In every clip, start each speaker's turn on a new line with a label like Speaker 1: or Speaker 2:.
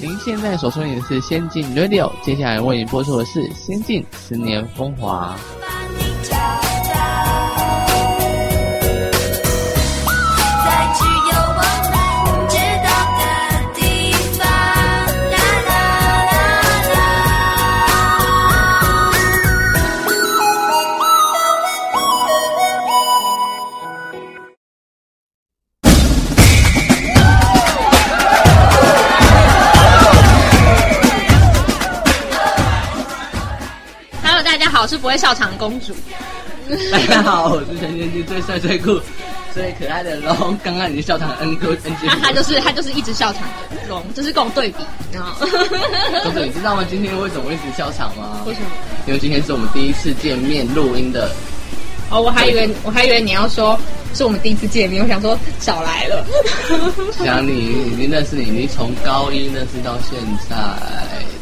Speaker 1: 您现在所收听的是《仙境 Radio》，接下来为您播出的是《仙境十年风华》。
Speaker 2: 在只有我们知道的地方，啦啦啦啦。
Speaker 3: Hello，大家好，我是不会笑场公主。
Speaker 4: 大家好，我是全天界最帅、最酷、最可爱的龙。刚刚已经笑场 N 哥 N
Speaker 3: 那、他
Speaker 4: 姐，
Speaker 3: 就是他就是一直笑场的龙，就是跟我对比，然后
Speaker 4: 公主，你知道吗？今天为什么一直笑场吗？
Speaker 1: 哦
Speaker 3: 为什么？
Speaker 4: 因为今天是我们第一次见面录音的，
Speaker 3: 哦，我还以为我还以为你要说是我们第一次见面，我想说少来了。
Speaker 4: 想你，已经认识你，已经从高一认识到现在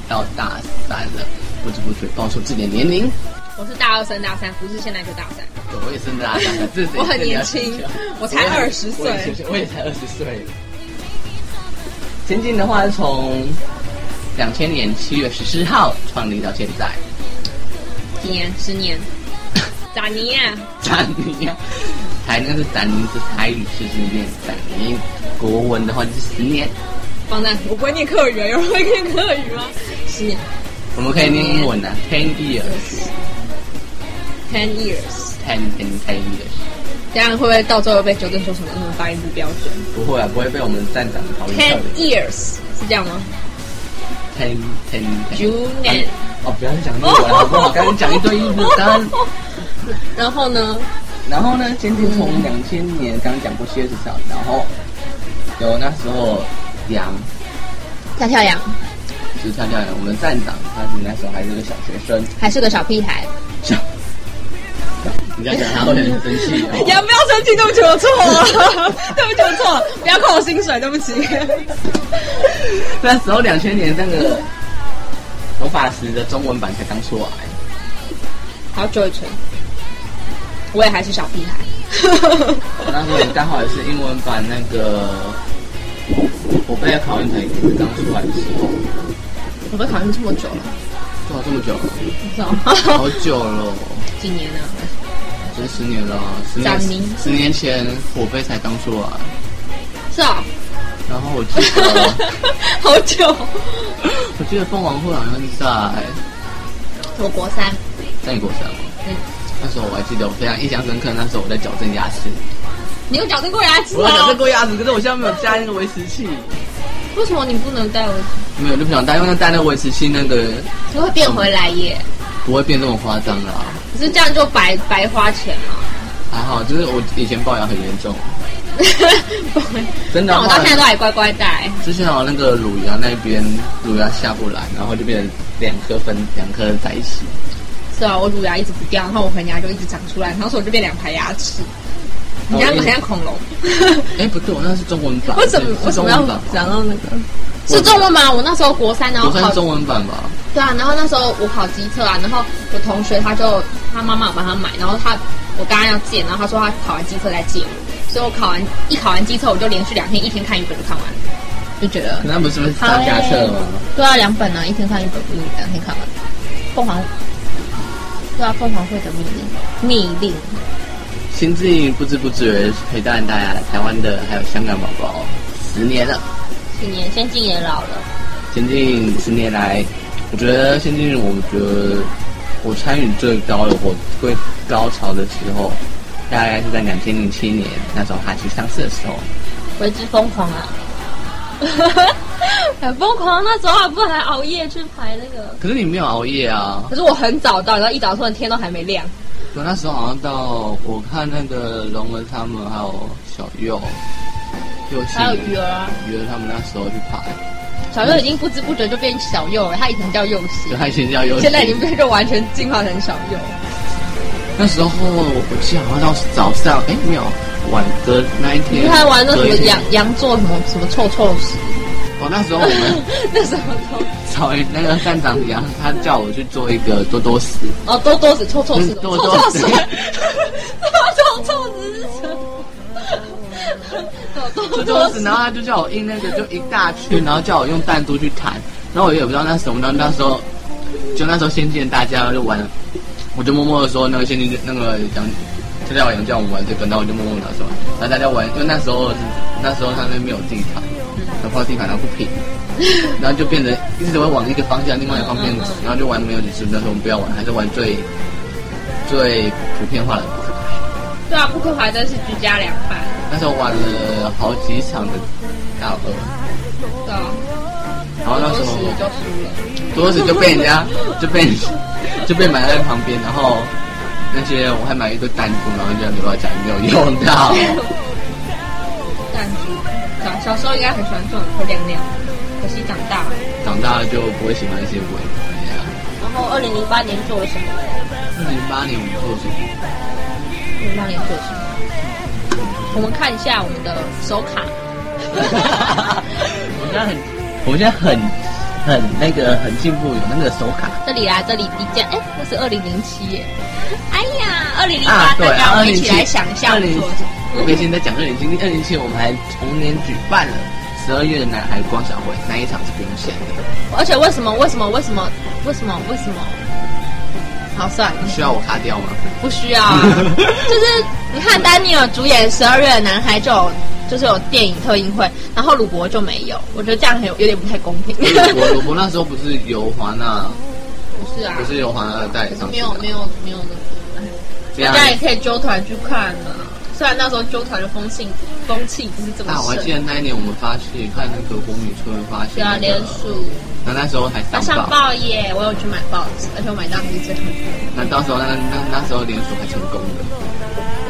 Speaker 4: 到大三了，不知不觉暴露自己的年龄。
Speaker 3: 我是大二升大三，不是现在是大三。
Speaker 4: 我也是大三，自己
Speaker 3: 我很年轻我才20岁
Speaker 4: 我也是我也才二十岁。前进的话是从两千年七月十四号创立到现在，
Speaker 3: 几年？十年？咋尼呀、
Speaker 4: 展宁，台那是展宁是台语，是是念展宁。国文的话就是十年，
Speaker 3: 放在我不会念客语啊，有人会念客语吗？十年
Speaker 4: 我们可以念英文啊，ten years，ten
Speaker 3: ，ten years。
Speaker 4: ten ten years。
Speaker 3: 这样会不会到最后被纠正说什么嗯发音不标准
Speaker 4: 不会啊，不会被我们站长讨厌
Speaker 3: ？ten
Speaker 4: 到的。
Speaker 3: years 是这样吗？
Speaker 4: ten ten ten
Speaker 3: 九年。
Speaker 4: 哦，不要再讲英文
Speaker 3: 啊
Speaker 4: 了好不好？刚刚讲一堆英文，刚刚。
Speaker 3: 然后呢？
Speaker 4: 然后呢，先是从两千年刚刚讲过七月十四号，然后有那时候杨
Speaker 3: 夏跳阳
Speaker 4: 就是他叫我们站长，他是那时候还是个小学生，
Speaker 3: 还是个小屁孩，
Speaker 4: 小，你这样讲他会很生气哦。
Speaker 3: 杨不要生气，对不起，我错了， 对不起，我错了，不要扣我薪水，对不起。
Speaker 4: 那时候两千年那个头发石的中文版才刚出来，
Speaker 3: 好久以前，我也还是小屁孩。
Speaker 4: 那时候你刚好也是英文版那个我被考验才刚出来的时候，
Speaker 3: 我被考验这么久了，
Speaker 4: 做了这么久，
Speaker 3: 不知道
Speaker 4: 好久了。
Speaker 3: 几年了？
Speaker 4: 这十年了，十年
Speaker 3: 展明
Speaker 4: 十年前火杯才刚出来，
Speaker 3: 是啊、
Speaker 4: 然后我记得
Speaker 3: 好久。
Speaker 4: 我记得凤凰会好像是在
Speaker 3: 我国三，
Speaker 4: 在你国三吗？
Speaker 3: 嗯，
Speaker 4: 那时候我还记得，我非常印象深刻。那时候我在矫正牙齿，
Speaker 3: 你有矫正过牙齿
Speaker 4: 我
Speaker 3: 啊
Speaker 4: 要矫正过牙齿，可是我现在没有加那个维持器，
Speaker 3: 为什么你不能戴我？
Speaker 4: 没有就不想戴，因为戴那个维持器那个
Speaker 3: 就会变回来耶。
Speaker 4: 不会变那么夸张啦。
Speaker 3: 可是这样就白白花钱了、
Speaker 4: 还好，就是我以前龅牙很严重，
Speaker 3: 不会
Speaker 4: 真的啊
Speaker 3: 但我到
Speaker 4: 后来
Speaker 3: 现在都还乖乖戴。
Speaker 4: 之前好像那个乳牙那边乳牙下不来，然后就变成两颗分两颗在一起。
Speaker 3: 是啊，我乳牙一直不掉，然后我恒牙就一直长出来，然后所以我就变两排牙齿。你看，
Speaker 4: 哦
Speaker 3: 很像恐龙。
Speaker 4: 哎，不对，我那是中文版，
Speaker 3: 为什么
Speaker 4: 是
Speaker 3: 为什么要
Speaker 4: 中文版吧
Speaker 3: 讲到那个？是中文吗？我那时候国三，然后
Speaker 4: 我看
Speaker 3: 考
Speaker 4: 中文版吧。
Speaker 3: 对啊，然后那时候我考机测啊，然后我同学他就他妈妈有帮他买，然后他我刚刚要借，然后他说他考完机测再借我，所以我考完一考完机测，我就连续两天一天看一本就看完了，就觉得
Speaker 4: 可那不是不是上下册吗？
Speaker 3: 对啊，两本呢，一天看一本，不一定两天看完。凤凰，对啊，凤凰会的密令，密令。
Speaker 4: 新自己不知不觉陪伴大家台湾的还有香港宝宝十年了，
Speaker 3: 去年先进也老了，
Speaker 4: 先进十年来，我觉得先进，我觉得我参与最高的我最高潮的时候，大概是在两千零七年那时候哈奇上市的时候，
Speaker 3: 为之疯狂啊！ 很疯狂，那时候还不是还熬夜去排那个？
Speaker 4: 可是你没有熬夜啊，
Speaker 3: 可是我很早到，然后一早突然天都还没亮，
Speaker 4: 我啊那时候好像到我看那个龙儿他们还有小佑，佑信
Speaker 3: 还有鱼儿啊，
Speaker 4: 鱼儿他们那时候去拍，
Speaker 3: 小佑已经不知不觉就变小佑了，他以前叫佑熙
Speaker 4: 就，他以前叫佑信，
Speaker 3: 现在已经变就完全进化成小佑。
Speaker 4: 那时候我记得好像到早上，哎、没有，晚的那一
Speaker 3: 你
Speaker 4: 天，
Speaker 3: 看玩那什
Speaker 4: 隔
Speaker 3: 么
Speaker 4: 一天
Speaker 3: 羊羊座什么什么臭臭屎，
Speaker 4: 哦，那时候我们
Speaker 3: 那什么东西
Speaker 4: 找那个站长杨，他叫我去做一个多多屎，
Speaker 3: 哦，多多屎、臭臭屎、
Speaker 4: 嗯
Speaker 3: 臭
Speaker 4: 多
Speaker 3: 臭
Speaker 4: 多
Speaker 3: 屎
Speaker 4: 屎、
Speaker 3: 臭臭臭屎是什么？
Speaker 5: 哦
Speaker 4: 就桌子，然后他就叫我印那个就一大圈，然后叫我用弹珠去弹，然后我也不知道那是什么，然后那时候就那时候仙剑大家就玩，我就默默的说那个仙剑那个讲。就叫我杨叫我们玩这个，然后我就默默拿出来，然后大家玩，因为那时候那时候他们没有地毯，然后地毯然后不平，然后就变成一直会往一个方向，另外一个方面，然后就玩没有几次，那时候我们不要玩，还是玩最最普遍化的部分。
Speaker 3: 对啊，扑克牌真是居家凉拌，
Speaker 4: 那时候玩了好几场的大二，
Speaker 3: 对啊，
Speaker 4: 然后那时
Speaker 3: 多
Speaker 4: 候
Speaker 3: 时就输了。
Speaker 4: 桌子就被人家就被就被埋在旁边，然后那些我还买一堆弹珠，然后就留到家里没有用到。
Speaker 3: 弹珠，对啊，哦小时候应该很喜欢这种会亮亮，可惜长大了。
Speaker 4: 长大了就不会喜欢一些哎鬼。
Speaker 5: 然后二零零八年做了什么？
Speaker 4: 二零八年我们做什么？
Speaker 3: 零八年做什么？我们看一下我们的手卡，
Speaker 4: 我们现在很，我们现在很很那个很进步，有那个手卡
Speaker 3: 这里啊，这里一键，哎，那是二零零七耶。哎呀，二零零八
Speaker 4: 啊，对
Speaker 3: 大，家我
Speaker 4: 二
Speaker 3: 们
Speaker 4: 零
Speaker 3: 一
Speaker 4: 七
Speaker 3: 起来想一下
Speaker 4: 二
Speaker 3: 我们
Speaker 4: 零
Speaker 3: 做什么。，
Speaker 4: 我们
Speaker 3: 嗯
Speaker 4: 现在讲二零七，二零七我们还同年举办了十二月的男孩光小会那一场是不用钱的，
Speaker 3: 而且为什么？为什么？为什么？为什么？为什么？好，算了，
Speaker 4: 需要我卡掉吗？
Speaker 3: 不需要 啊。就是你看，丹尼尔主演《十二月的男孩》就有，就是有电影特映会，然后鲁伯就没有。我觉得这样很有有点不太公 平。
Speaker 4: 我我我那时候不是由华纳，
Speaker 3: 不是啊
Speaker 4: 不是由华纳带上去的，
Speaker 3: 有没有
Speaker 4: 这样。
Speaker 3: 大家也可以揪团去看啊。虽然那时候揪团的风气风气不是这么
Speaker 4: 啊，我还记
Speaker 3: 盛，
Speaker 4: 得那一年我们发现看那个《风雨村》，发现
Speaker 3: 对
Speaker 4: 那
Speaker 3: 啊，连
Speaker 4: 个，
Speaker 3: 署
Speaker 4: 那那时候还
Speaker 3: 啊
Speaker 4: 上
Speaker 3: 上
Speaker 4: 报，
Speaker 3: 报耶，我有去买报纸，而且我买到一次很
Speaker 4: 那到时候那那那时候连锁还成功的。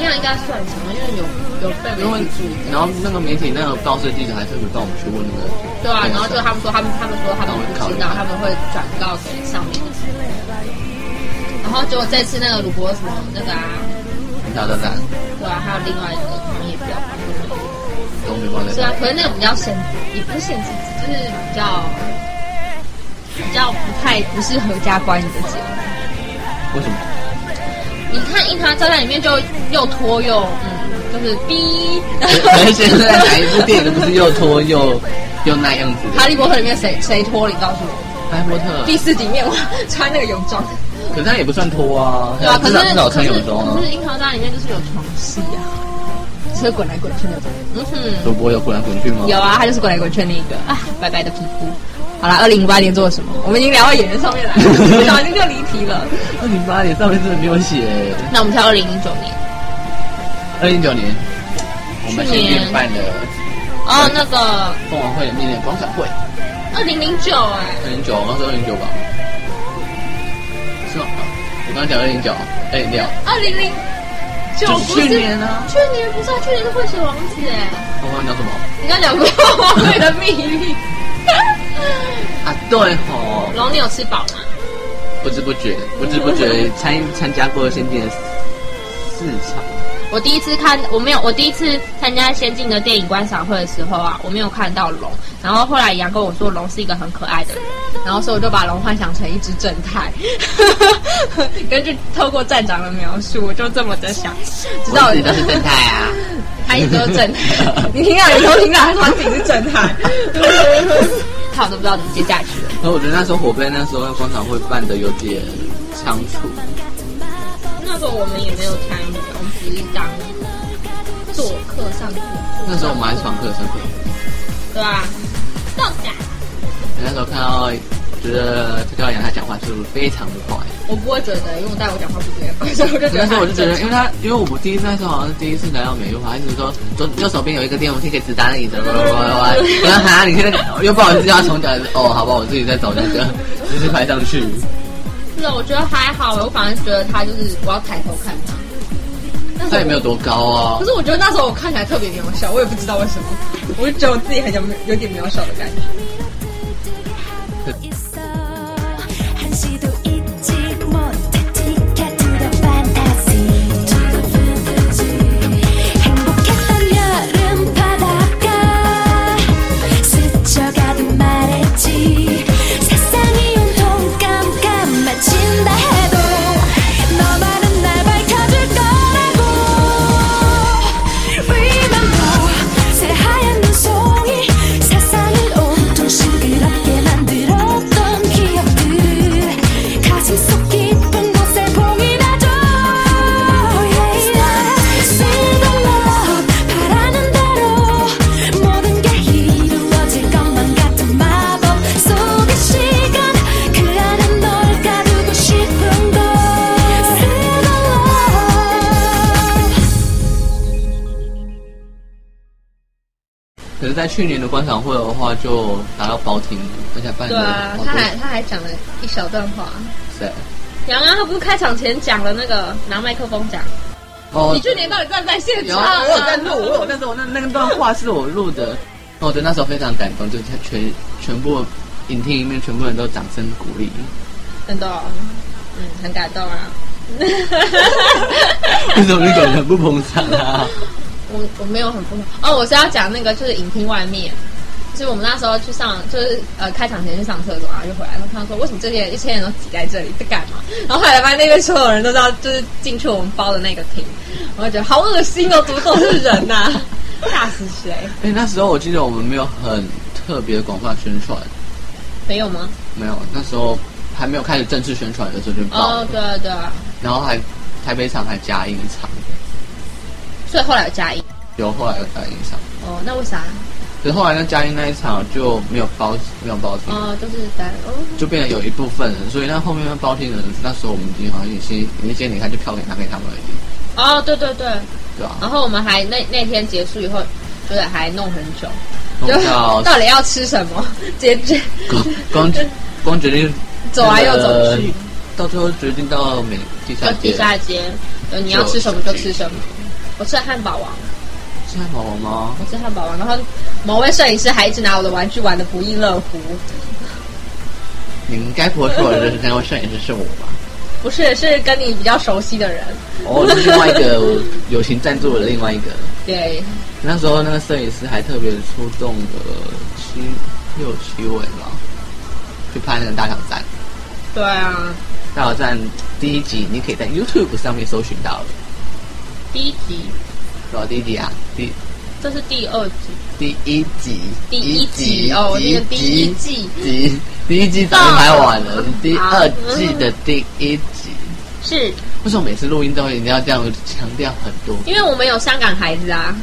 Speaker 3: 那样应该算什么？因为有有被
Speaker 4: 因为
Speaker 3: 媒体注意，
Speaker 4: 然后那个媒体那个报社记者还特别帮我们去问那个，
Speaker 3: 对啊，然后就他们说他们他们说他们不知道，他们会转告给上面的人。然后结果这次那个鲁伯什么那个啊，
Speaker 4: 很小的蛋
Speaker 3: 对啊，还有另外一个行业比较好
Speaker 4: 都没放在
Speaker 3: 是
Speaker 4: 那
Speaker 3: 啊
Speaker 4: 里，，
Speaker 3: 可是那个比较限，也不是限制，就是比较比较不太不是合家观的节目。
Speaker 4: 为什么？
Speaker 3: 你看《樱桃炸弹》里面就又拖又嗯，就是逼。
Speaker 4: 而且哎现在哪一部电影不是又拖又又那样子的？
Speaker 3: 哈利波特》里面谁谁拖？你告诉我。
Speaker 4: 哈利波特，
Speaker 3: 第四集里面我穿那个泳装，
Speaker 4: 可是他也不算拖啊，
Speaker 3: 对啊，可
Speaker 4: 至少至
Speaker 3: 是
Speaker 4: 少
Speaker 3: 可
Speaker 4: 穿
Speaker 3: 是
Speaker 4: 泳装啊
Speaker 3: 可是。《樱桃大》里面就是有床戏啊，就是滚来滚去那种。嗯哼，
Speaker 4: 主播有滚来滚去吗？
Speaker 3: 有。啊，他就是滚来滚去那一个啊，白白的皮肤。好啦，二零零八年做了什么？我们已经聊到演员上面来了，
Speaker 4: 嗯
Speaker 3: 不小心就离题了。
Speaker 4: 二零八年上面真的没有写。
Speaker 3: 那我们跳二零零九年
Speaker 4: 二零九年，我们先
Speaker 3: 去年
Speaker 4: 举办了
Speaker 3: 哦，那个
Speaker 4: 凤凰会的面店广场会。
Speaker 3: 二零零九哎，
Speaker 4: 二零九，那是二零九吧？是吗？我刚刚讲二零九，哎二零六，
Speaker 3: 二零零九
Speaker 4: 就是
Speaker 3: 不是
Speaker 4: 去年啊
Speaker 3: 去年不是、啊，去年是混血王子哎，
Speaker 4: 我刚刚讲什么？
Speaker 3: 你刚讲过王位的秘密。
Speaker 4: 啊，对吼，
Speaker 3: 龙，你有吃饱吗？
Speaker 4: 不知不觉，不知不觉参参加过先进的四场，
Speaker 3: 我第一次看，我没有，我第一次参加仙境的电影观赏会的时候啊，我没有看到龙。然后后来杨跟我说，龙是一个很可爱的人，然后所以我就把龙幻想成一只正太。根据透过站长的描述，我就这么的想，知道
Speaker 4: 我一直都是正太 啊。
Speaker 3: 他一直都是正太。你听到有时候听到他说他自己是正太，看我都不知道怎么接下去了。
Speaker 4: 所以我觉得那时候火杯那时候广场会办的有点仓促，
Speaker 3: 那个我们也没有参与，我们只是当做客上课。
Speaker 4: 那时候我们还是访客的身份，
Speaker 3: 对啊，到家。
Speaker 4: 那时候看到觉得这高阳他讲话速度非常的快，
Speaker 3: 我不会觉得，因为我带我讲话不这样， 所以我就觉得。
Speaker 4: 那时候我就觉 得，因为他因为我们第一次那时候好像是第一次来到美术馆，他一直说左右手边有一个电扶梯可以直达那里走，然后喊你看那个又不好意思要重讲，哦，好吧，我自己再走那个，直接拍上去。
Speaker 3: 是，我觉得还好，我反而觉得他就是我要抬头看他。但
Speaker 4: 他也
Speaker 3: 是
Speaker 4: 没有多高啊
Speaker 3: 可，是我觉得那时候我看起来特别渺小，我也不知道为什么，我就觉得我自己很有有点渺小的感觉。
Speaker 2: 있어 한시도 잊지 못해 Ticket to the fantasy 행복했던 여름 바닷가 스쳐가듯 말했지 세상이 온통 깜깜해진다 해도 너만은 날 밝혀줄 거라고 Remember 새 어,
Speaker 4: 可是，在去年的观赏会的话，就拿到包厅，而且办
Speaker 3: 对
Speaker 4: 了
Speaker 3: 啊
Speaker 4: 好，多
Speaker 3: 他还他还讲了一小段话。
Speaker 4: 谁？
Speaker 3: 杨洋他啊不是开场前讲了那个拿麦克风讲，
Speaker 4: 哦
Speaker 3: 你，去年到底在不在现
Speaker 4: 有
Speaker 3: 场
Speaker 4: 啊，
Speaker 3: 啊？
Speaker 4: 我有在录，我有在录，那那段话是我录的。那我觉得那时候非常感动，就是全全部影厅里面全部人都掌声鼓励。
Speaker 3: 真的哦，嗯，很感动 啊。
Speaker 4: 为什么你感觉不捧场啊？
Speaker 3: 我我没有很不哦，我是要讲那个就是影厅外面，就是我们那时候去上，就是呃开场前去上厕所，啊然后就回来，然后看到说为什么这些一些人都挤在这里在干嘛？然后后来发现那边所有人都知道，就是进去我们包的那个厅，我就觉得好恶心哦，怎么都是人呐、 吓死谁？
Speaker 4: 哎、那时候我记得我们没有很特别广泛宣传，
Speaker 3: 没有吗？
Speaker 4: 没有，那时候还没有开始正式宣传的时候就报了，
Speaker 3: 哦，对啊对啊，
Speaker 4: 然后还台北场还加映场，
Speaker 3: 所以后来有加一
Speaker 4: 有后来有加映场，
Speaker 3: 哦，那为啥？
Speaker 4: 可是后来那加映那一场就没有包没有包厅，
Speaker 3: 哦，就是在哦，
Speaker 4: 就变得有一部分人，所以那后面那包厅的人，那时候我们已经好像有些有一些你看就票给拿给他们而已，
Speaker 3: 哦，对对对，
Speaker 4: 对吧、
Speaker 3: 然后我们还那那天结束以后，就是还弄很久，
Speaker 4: 弄
Speaker 3: 就
Speaker 4: 到
Speaker 3: 到底要吃什么， 结决
Speaker 4: 光光光决定
Speaker 3: 走来又走去，
Speaker 4: 到最后决定到美地
Speaker 3: 就
Speaker 4: 下街
Speaker 3: 地，下街，对，你要吃什么就吃什么。我吃了汉堡王，
Speaker 4: 是汉堡王吗？
Speaker 3: 我吃汉堡王，然后某位摄影师还一直拿我的玩具玩的不亦乐乎。
Speaker 4: 你们该不会说我的那位摄影师是我 吧？
Speaker 3: 不是，是跟你比较熟悉的人。
Speaker 4: 哦，是另外一个友情赞助我的另外一个。
Speaker 3: 对，
Speaker 4: 那时候那个摄影师还特别出动了七六七位吧，去拍那个大挑战。
Speaker 3: 对啊，
Speaker 4: 大挑战第一集你可以在 YouTube 上面搜寻到了，
Speaker 3: 第一集，
Speaker 4: 对吧？第一集啊，第
Speaker 3: 这是第二集，
Speaker 4: 第一集，
Speaker 3: 第一集哦，那个第一季
Speaker 4: 集，第一季早就拍完了，第二季的第一集。
Speaker 3: 是
Speaker 4: 为什么每次录音都一定要这样强调很多？
Speaker 3: 因为我们有香港孩子啊，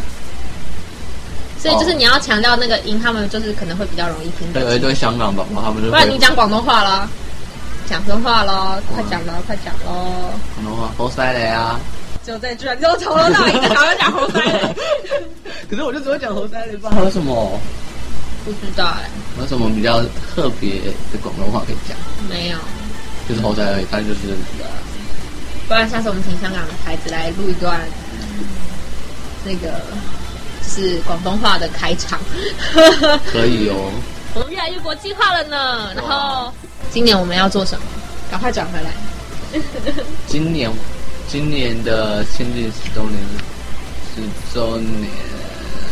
Speaker 3: 所以就是你要强调那个音，他们就是可能会比较容易听
Speaker 4: 哦对，有一
Speaker 3: 得懂。
Speaker 4: 堆香港宝宝，他们就
Speaker 3: 不
Speaker 4: 会
Speaker 3: 然你讲广东话啦，讲真话喽，快讲喽，快讲喽！
Speaker 4: 广东话，猴塞雷啊。
Speaker 3: 哦就这句，你就从头到尾在讲讲红三人，
Speaker 4: 可是我就只会讲猴塞雷吧。还有什么？
Speaker 3: 不知道哎、
Speaker 4: 还有什么比较特别的广东话可以讲？
Speaker 3: 没有。
Speaker 4: 就是猴塞雷，他就是
Speaker 3: 不然下次我们请香港的孩子来录一段那个就是广东话的开场。
Speaker 4: 可以哦。
Speaker 3: 我们越来越国际化了呢。然后今年我们要做什么？赶快转回来。
Speaker 4: 今年，今年的限定十周年，十周年，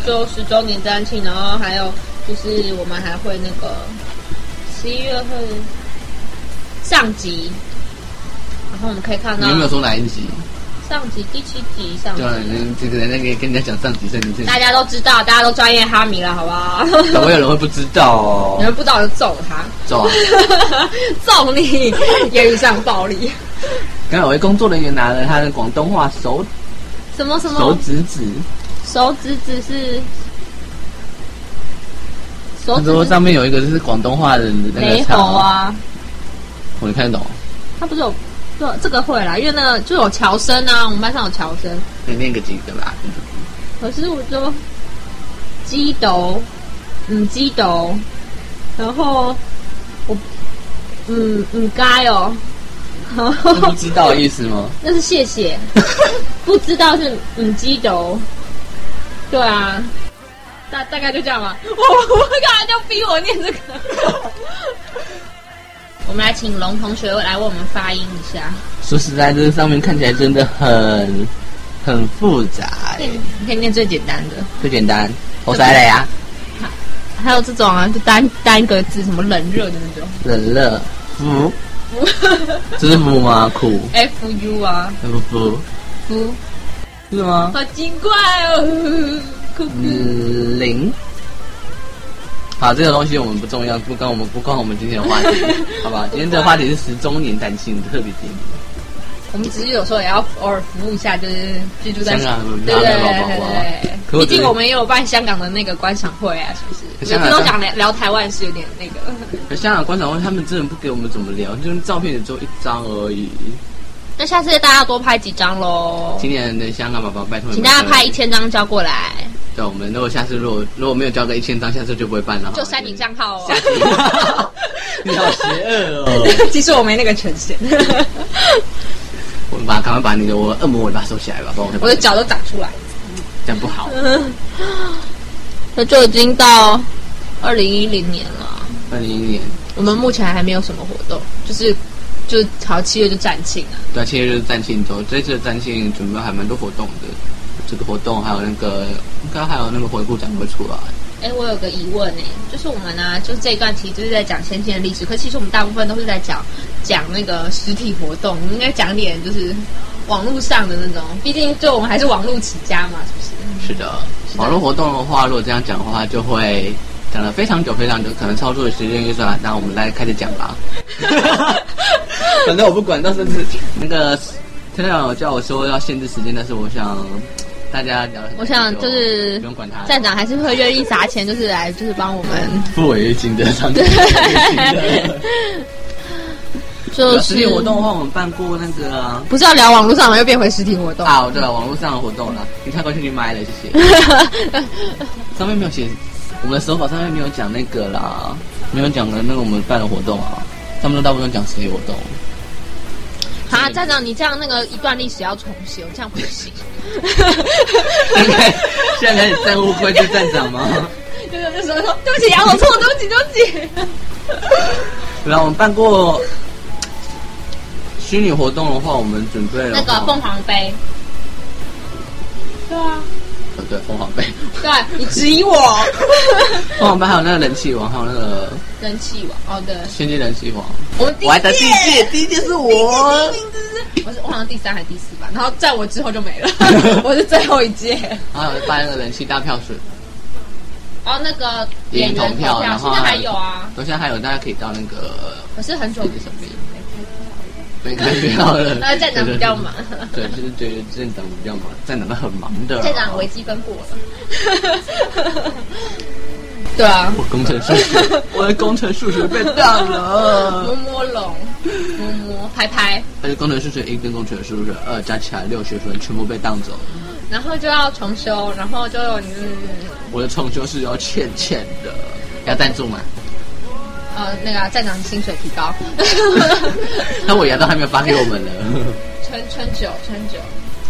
Speaker 3: 就十周年单庆，然后还有就是我们还会那个十一月会上集，然后我们可以看
Speaker 4: 你
Speaker 3: 到
Speaker 4: 有没有说哪一集？
Speaker 3: 上集第七集上集
Speaker 4: 对，，那这个那个跟人家讲上集圣经这
Speaker 3: 大家都知道，大家都专业哈迷了，好不好？
Speaker 4: 怎么有人会不知道
Speaker 3: 你
Speaker 4: 哦？
Speaker 3: 们不知道就揍他，
Speaker 4: 走啊！
Speaker 3: 揍你，言语上暴力，
Speaker 4: 刚才有位工作人员拿了他的广东话手
Speaker 3: 什么什
Speaker 4: 手
Speaker 3: 么
Speaker 4: 指指，
Speaker 3: 手指只是手
Speaker 4: 他
Speaker 3: 指
Speaker 4: 说
Speaker 3: 指
Speaker 4: 上面有一个是广东话的那
Speaker 3: 雷
Speaker 4: 个
Speaker 3: 猴
Speaker 4: 草，
Speaker 3: 啊，
Speaker 4: 我没看懂。
Speaker 3: 他不是有对这个会啦，因为那个就有乔生啊，我们班上有乔生。
Speaker 4: 你念个几个吧？
Speaker 3: 可是我就嗯鸡斗，嗯，鸡斗，然后我，嗯嗯，该哦，然后
Speaker 4: 不知道的意思 吗？
Speaker 3: 那是谢谢，不知道是嗯鸡斗，对啊，大大概就这样吧。我我干嘛就逼我念这个？我们来请龙同学来为我们发音一下。
Speaker 4: 说实在，这上面看起来真的很很复杂
Speaker 3: 那，你你可以念最简单的。
Speaker 4: 不简单。我塞啊了呀，
Speaker 3: 还有这种啊，就单单个字，什么冷热的那种
Speaker 4: 冷热
Speaker 3: 嗯
Speaker 4: 福，这是福吗？苦，
Speaker 3: ，F U 啊，
Speaker 4: 那不福
Speaker 3: 夫，
Speaker 4: 是吗？
Speaker 3: 好奇怪哦，酷酷，
Speaker 4: 嗯，零。好，这个东西我们不重要，不跟我们不关我们今天的话题， 好吧？今天的话题是十周年单亲特别节目，
Speaker 3: 我们只是有时候也要偶尔服务一下，就是居住在
Speaker 4: 香港
Speaker 3: 对对
Speaker 4: 哪里有宝宝啊
Speaker 3: 对
Speaker 4: 可
Speaker 3: 对，
Speaker 4: 我觉得
Speaker 3: 毕竟我们也有办香港的那个观赏会啊，是不是？每
Speaker 4: 香港
Speaker 3: 次都讲聊聊台湾是有点 那个，
Speaker 4: 可香港观赏会他们真的不给我们怎么聊，就是照片也只有一张而已。
Speaker 3: 那下次大家多拍几张喽，
Speaker 4: 今年的香港宝宝拜托你们，
Speaker 3: 请大家拍一千张交过来，
Speaker 4: 对对，我们如果下次如果如果没有交个一千张，下次就不会办了。
Speaker 3: 就删你账号
Speaker 4: 下
Speaker 3: 哦。
Speaker 4: 集， 你好邪恶哦！
Speaker 6: 其实我没那个权 限，
Speaker 4: 我们把赶快把你的我恶魔尾巴收起来吧，不然我会把
Speaker 6: 我的脚都长出来。
Speaker 4: 这样不好。
Speaker 5: 那就已经到二零一零年了，
Speaker 4: 二零一年，
Speaker 6: 我们目前还没有什么活动，就是就是好七月就展庆啊，
Speaker 4: 对，七月就是战庆周，这次的战庆准备还蛮多活动的，这个活动还有那个应该还有那个回顾展会出来。
Speaker 3: 哎，我有个疑问哎，就是我们呢，就是这一段其实就是在讲先进的历史，可其实我们大部分都是在讲讲那个实体活动，我们应该讲点就是网络上的那种，毕竟就我们还是网络起家嘛，是不是？
Speaker 4: 是的，网络活动的话，如果这样讲的话，就会讲了非常久非常久，可能超出了时间预算。那我们来开始讲吧。反正我不管，到时候是那个天亮有叫我说要限制时间，但是我想大家聊得很久，
Speaker 5: 我想就是
Speaker 4: 不用管他，
Speaker 5: 站长还是会愿意砸钱，就是来就是帮我 们，
Speaker 4: 不违约金的，长期不违约金的。
Speaker 5: 就
Speaker 4: 实
Speaker 5: 是
Speaker 4: 体活动的话，我们办过那个啊，
Speaker 6: 不是要聊网络上吗？又变回实体活动。
Speaker 4: 啊对了，网络上的活动了，你太快去去麦了，谢谢。上面没有写，我们的手法上面没有讲那个啦，没有讲的那个我们办的活动啊，他们都大部分讲实体活动。
Speaker 3: 啊，站长，你这样那个一段历史要重修，这样不 行。
Speaker 4: 现在现在开始站乌龟去站长吗？
Speaker 3: 就是那时候说，对不起，杨总错，对不起，对不起。
Speaker 4: 然后我们办过虚拟活动的话，我们准备了
Speaker 3: 那个啊凤凰杯，
Speaker 4: 呃对凤凰杯，
Speaker 3: 对，你
Speaker 6: 质疑 我，
Speaker 4: 凤凰杯还有那个人气王，还有那个
Speaker 3: 人气王，哦对，
Speaker 4: 仙界人气王，
Speaker 3: 我们第一
Speaker 4: 我
Speaker 3: 哦
Speaker 4: 还得第一届，第一届是我。
Speaker 3: 我是我好像第三还是第四吧，然后在我之后就没 了，我是最后一届。
Speaker 4: 然后办那个人气大票选，
Speaker 3: 哦，那个
Speaker 4: 演
Speaker 3: 演
Speaker 4: 员
Speaker 3: 员
Speaker 4: 投
Speaker 3: 投
Speaker 4: 票然
Speaker 3: 现
Speaker 4: 后
Speaker 3: 在还有啊，
Speaker 4: 我现在还有大家可以到那个
Speaker 3: 可是很久
Speaker 4: 那个什么，没感觉到了。
Speaker 3: 呃站长比较忙，
Speaker 4: 对，就是觉得站长比较忙，站长都很忙的。啊
Speaker 3: 站长微积分过了。 对啊，
Speaker 4: 我工程数学，我的工程数学被当
Speaker 3: 摸
Speaker 4: 了。
Speaker 3: 摸龙，摸摸拍拍，
Speaker 4: 而且工程数学一跟工程数学二加起来六学分全部被当走，
Speaker 3: 然后就要重修，然后就嗯
Speaker 4: 我的重修是要欠欠的。要赞助吗？
Speaker 3: 呃那个站长薪水提高，
Speaker 4: 那我牙都还没有发给我们呢。
Speaker 3: 春春酒春酒，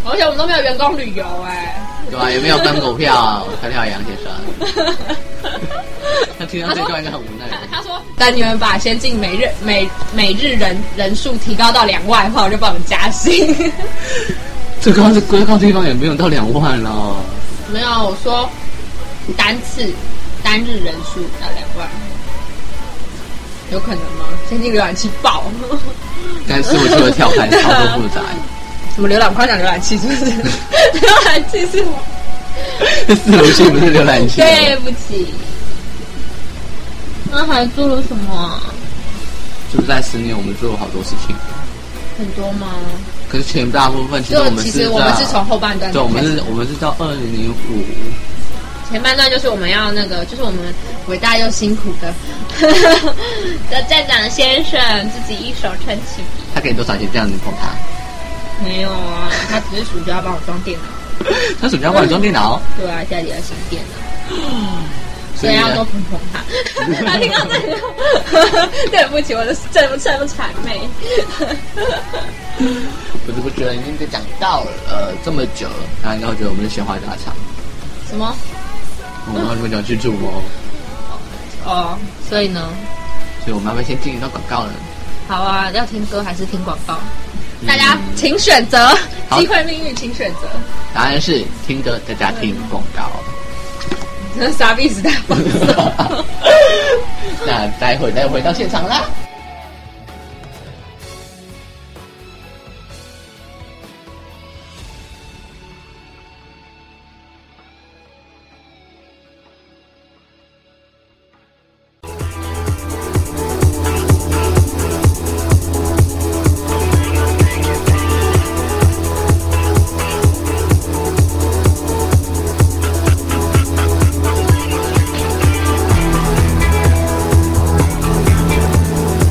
Speaker 3: 而且我们都没有员工旅游哎、
Speaker 4: 对吧？有没有分股票？跳跳杨先生，他听到这段应该很无奈吧。
Speaker 3: 他说：“当你们把先进每日每每日人人数提高到两万的话，我就帮你们加薪。
Speaker 4: 这光是归靠地方也没有到两万了。”
Speaker 3: 没有，我说单次单日人数到两万，有可能吗？先进浏览器爆，
Speaker 4: 但是我就会跳开，操作复 杂。
Speaker 6: 什么浏览快讲浏览器是不是？
Speaker 3: 浏览器是我
Speaker 4: 四楼区不是浏览器吗，
Speaker 3: 对不起。那还做了什么啊？
Speaker 4: 就是在十年我们做了好多事情，
Speaker 3: 很多吗？
Speaker 4: 可是前大部分其实
Speaker 3: 就
Speaker 4: 我们
Speaker 3: 其
Speaker 4: 是
Speaker 3: 实我们是
Speaker 4: 在
Speaker 3: 从后半段
Speaker 4: 对，我们
Speaker 3: 开始
Speaker 4: 是我们是到二零零五，
Speaker 3: 前半段就是我们要那个，就是我们伟大又辛苦的 的站长先生自己一手撑起。
Speaker 4: 他给你多少钱这样子捧他？
Speaker 3: 没有啊，他只是暑假帮我装电脑，
Speaker 4: 他暑假帮你装电脑，
Speaker 3: 对啊，家里要新电脑，所
Speaker 4: 以
Speaker 3: 以啊
Speaker 4: 呢
Speaker 3: 要多捧捧他。他听到这个， 对不起，我的这不这不谄媚。
Speaker 4: 我就不觉得已经被讲到了呃这么久，然后你会觉得我们是闲话家常，
Speaker 3: 什么？
Speaker 4: 我们要这么久去主谋，
Speaker 3: 哦，所以呢？
Speaker 4: 所以我们要不要先进一段广告了？
Speaker 3: 好啊，要听歌还是听广告？嗯大家请选择，
Speaker 4: 好
Speaker 3: 机会命运，请选择。
Speaker 4: 答案是听歌，在家听广告。
Speaker 3: 真的傻逼时代放送。
Speaker 4: 那待会再回到现场啦。
Speaker 2: 我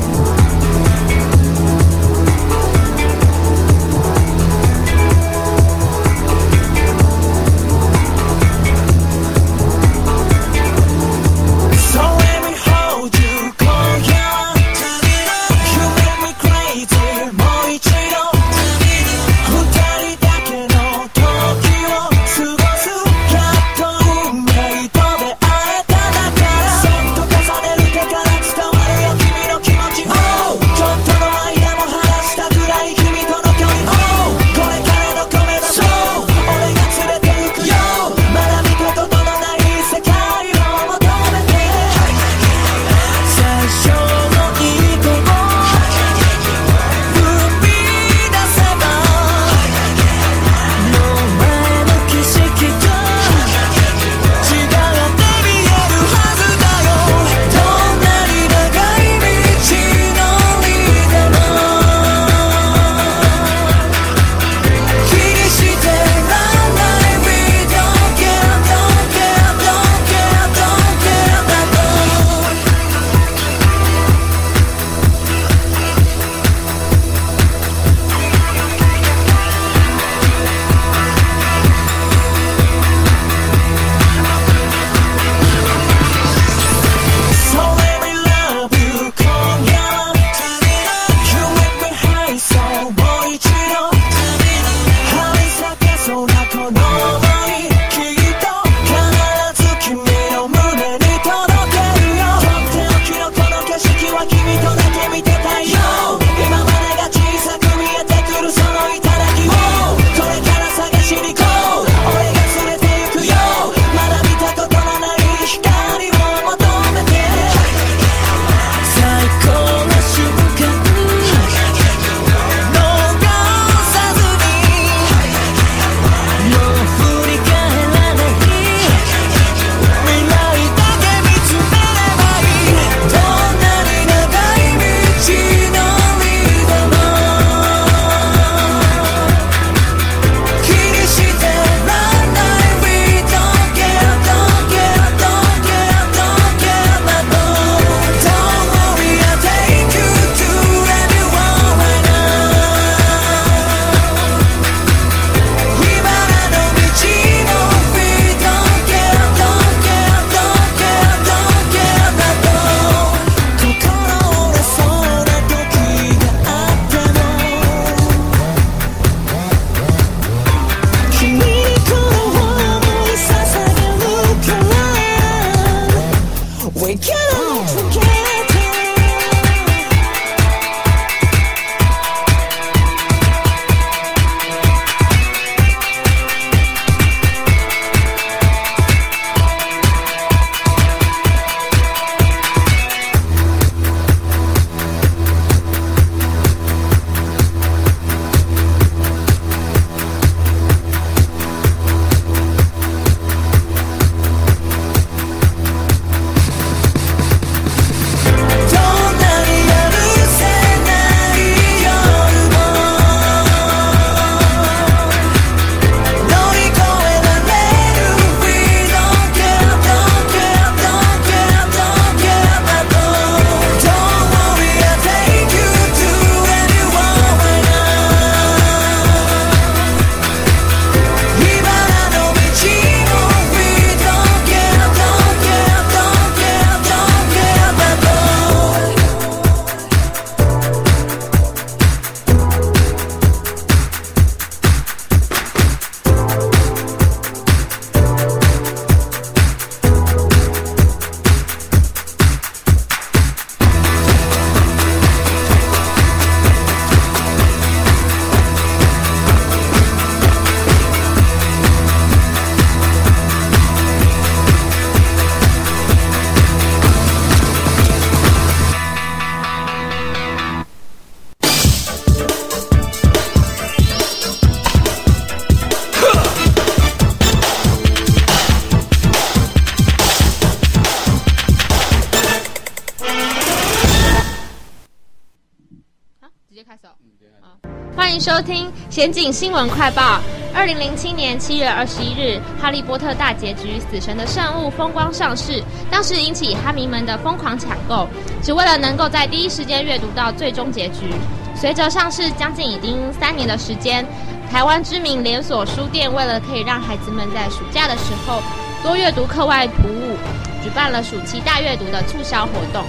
Speaker 3: 欢迎收听《先进新闻快报》。二零零七年七月二十一日，《哈利波特》大结局《死神的圣物》风光上市，当时引起哈迷们的疯狂抢购，只为了能够在第一时间阅读到最终结局。随着上市将近已经三年的时间，台湾知名连锁书店为了可以让孩子们在暑假的时候多阅读课外读物，举办了暑期大阅读的促销活动。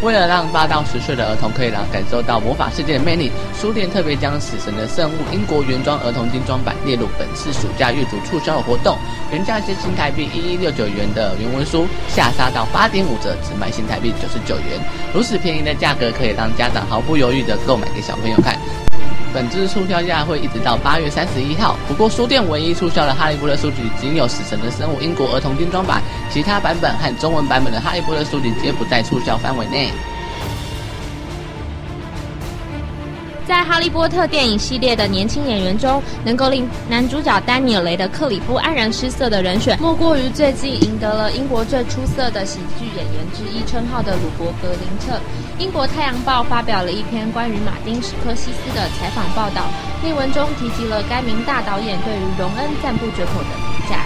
Speaker 4: 为了让八到十岁的儿童可以来感受到魔法世界的魅力，书店特别将《死神的圣物》英国原装儿童精装版列入本次暑假阅读促销活动，原价是新台币一一六九元的原文书下杀到八点五折，只卖新台币九十九元。如此便宜的价格可以让家长毫不犹豫地购买给小朋友看。本次促销价会一直到八月三十一号。不过，书店唯一促销的《哈利波特》书籍仅有《死神的生物》英国儿童精装版，其他版本和中文版本的《哈利波特》书籍皆不在促销范围内。
Speaker 3: 在《哈利波特》电影系列的年轻演员中，能够令男主角丹尼尔·雷德克里夫黯然失色的人选，莫过于最近赢得了英国最出色的喜剧演员之一称号的鲁伯·格林特。英国《太阳报》发表了一篇关于马丁·史科西斯的采访报道，内文中提及了该名大导演对于荣恩赞不绝口的评价。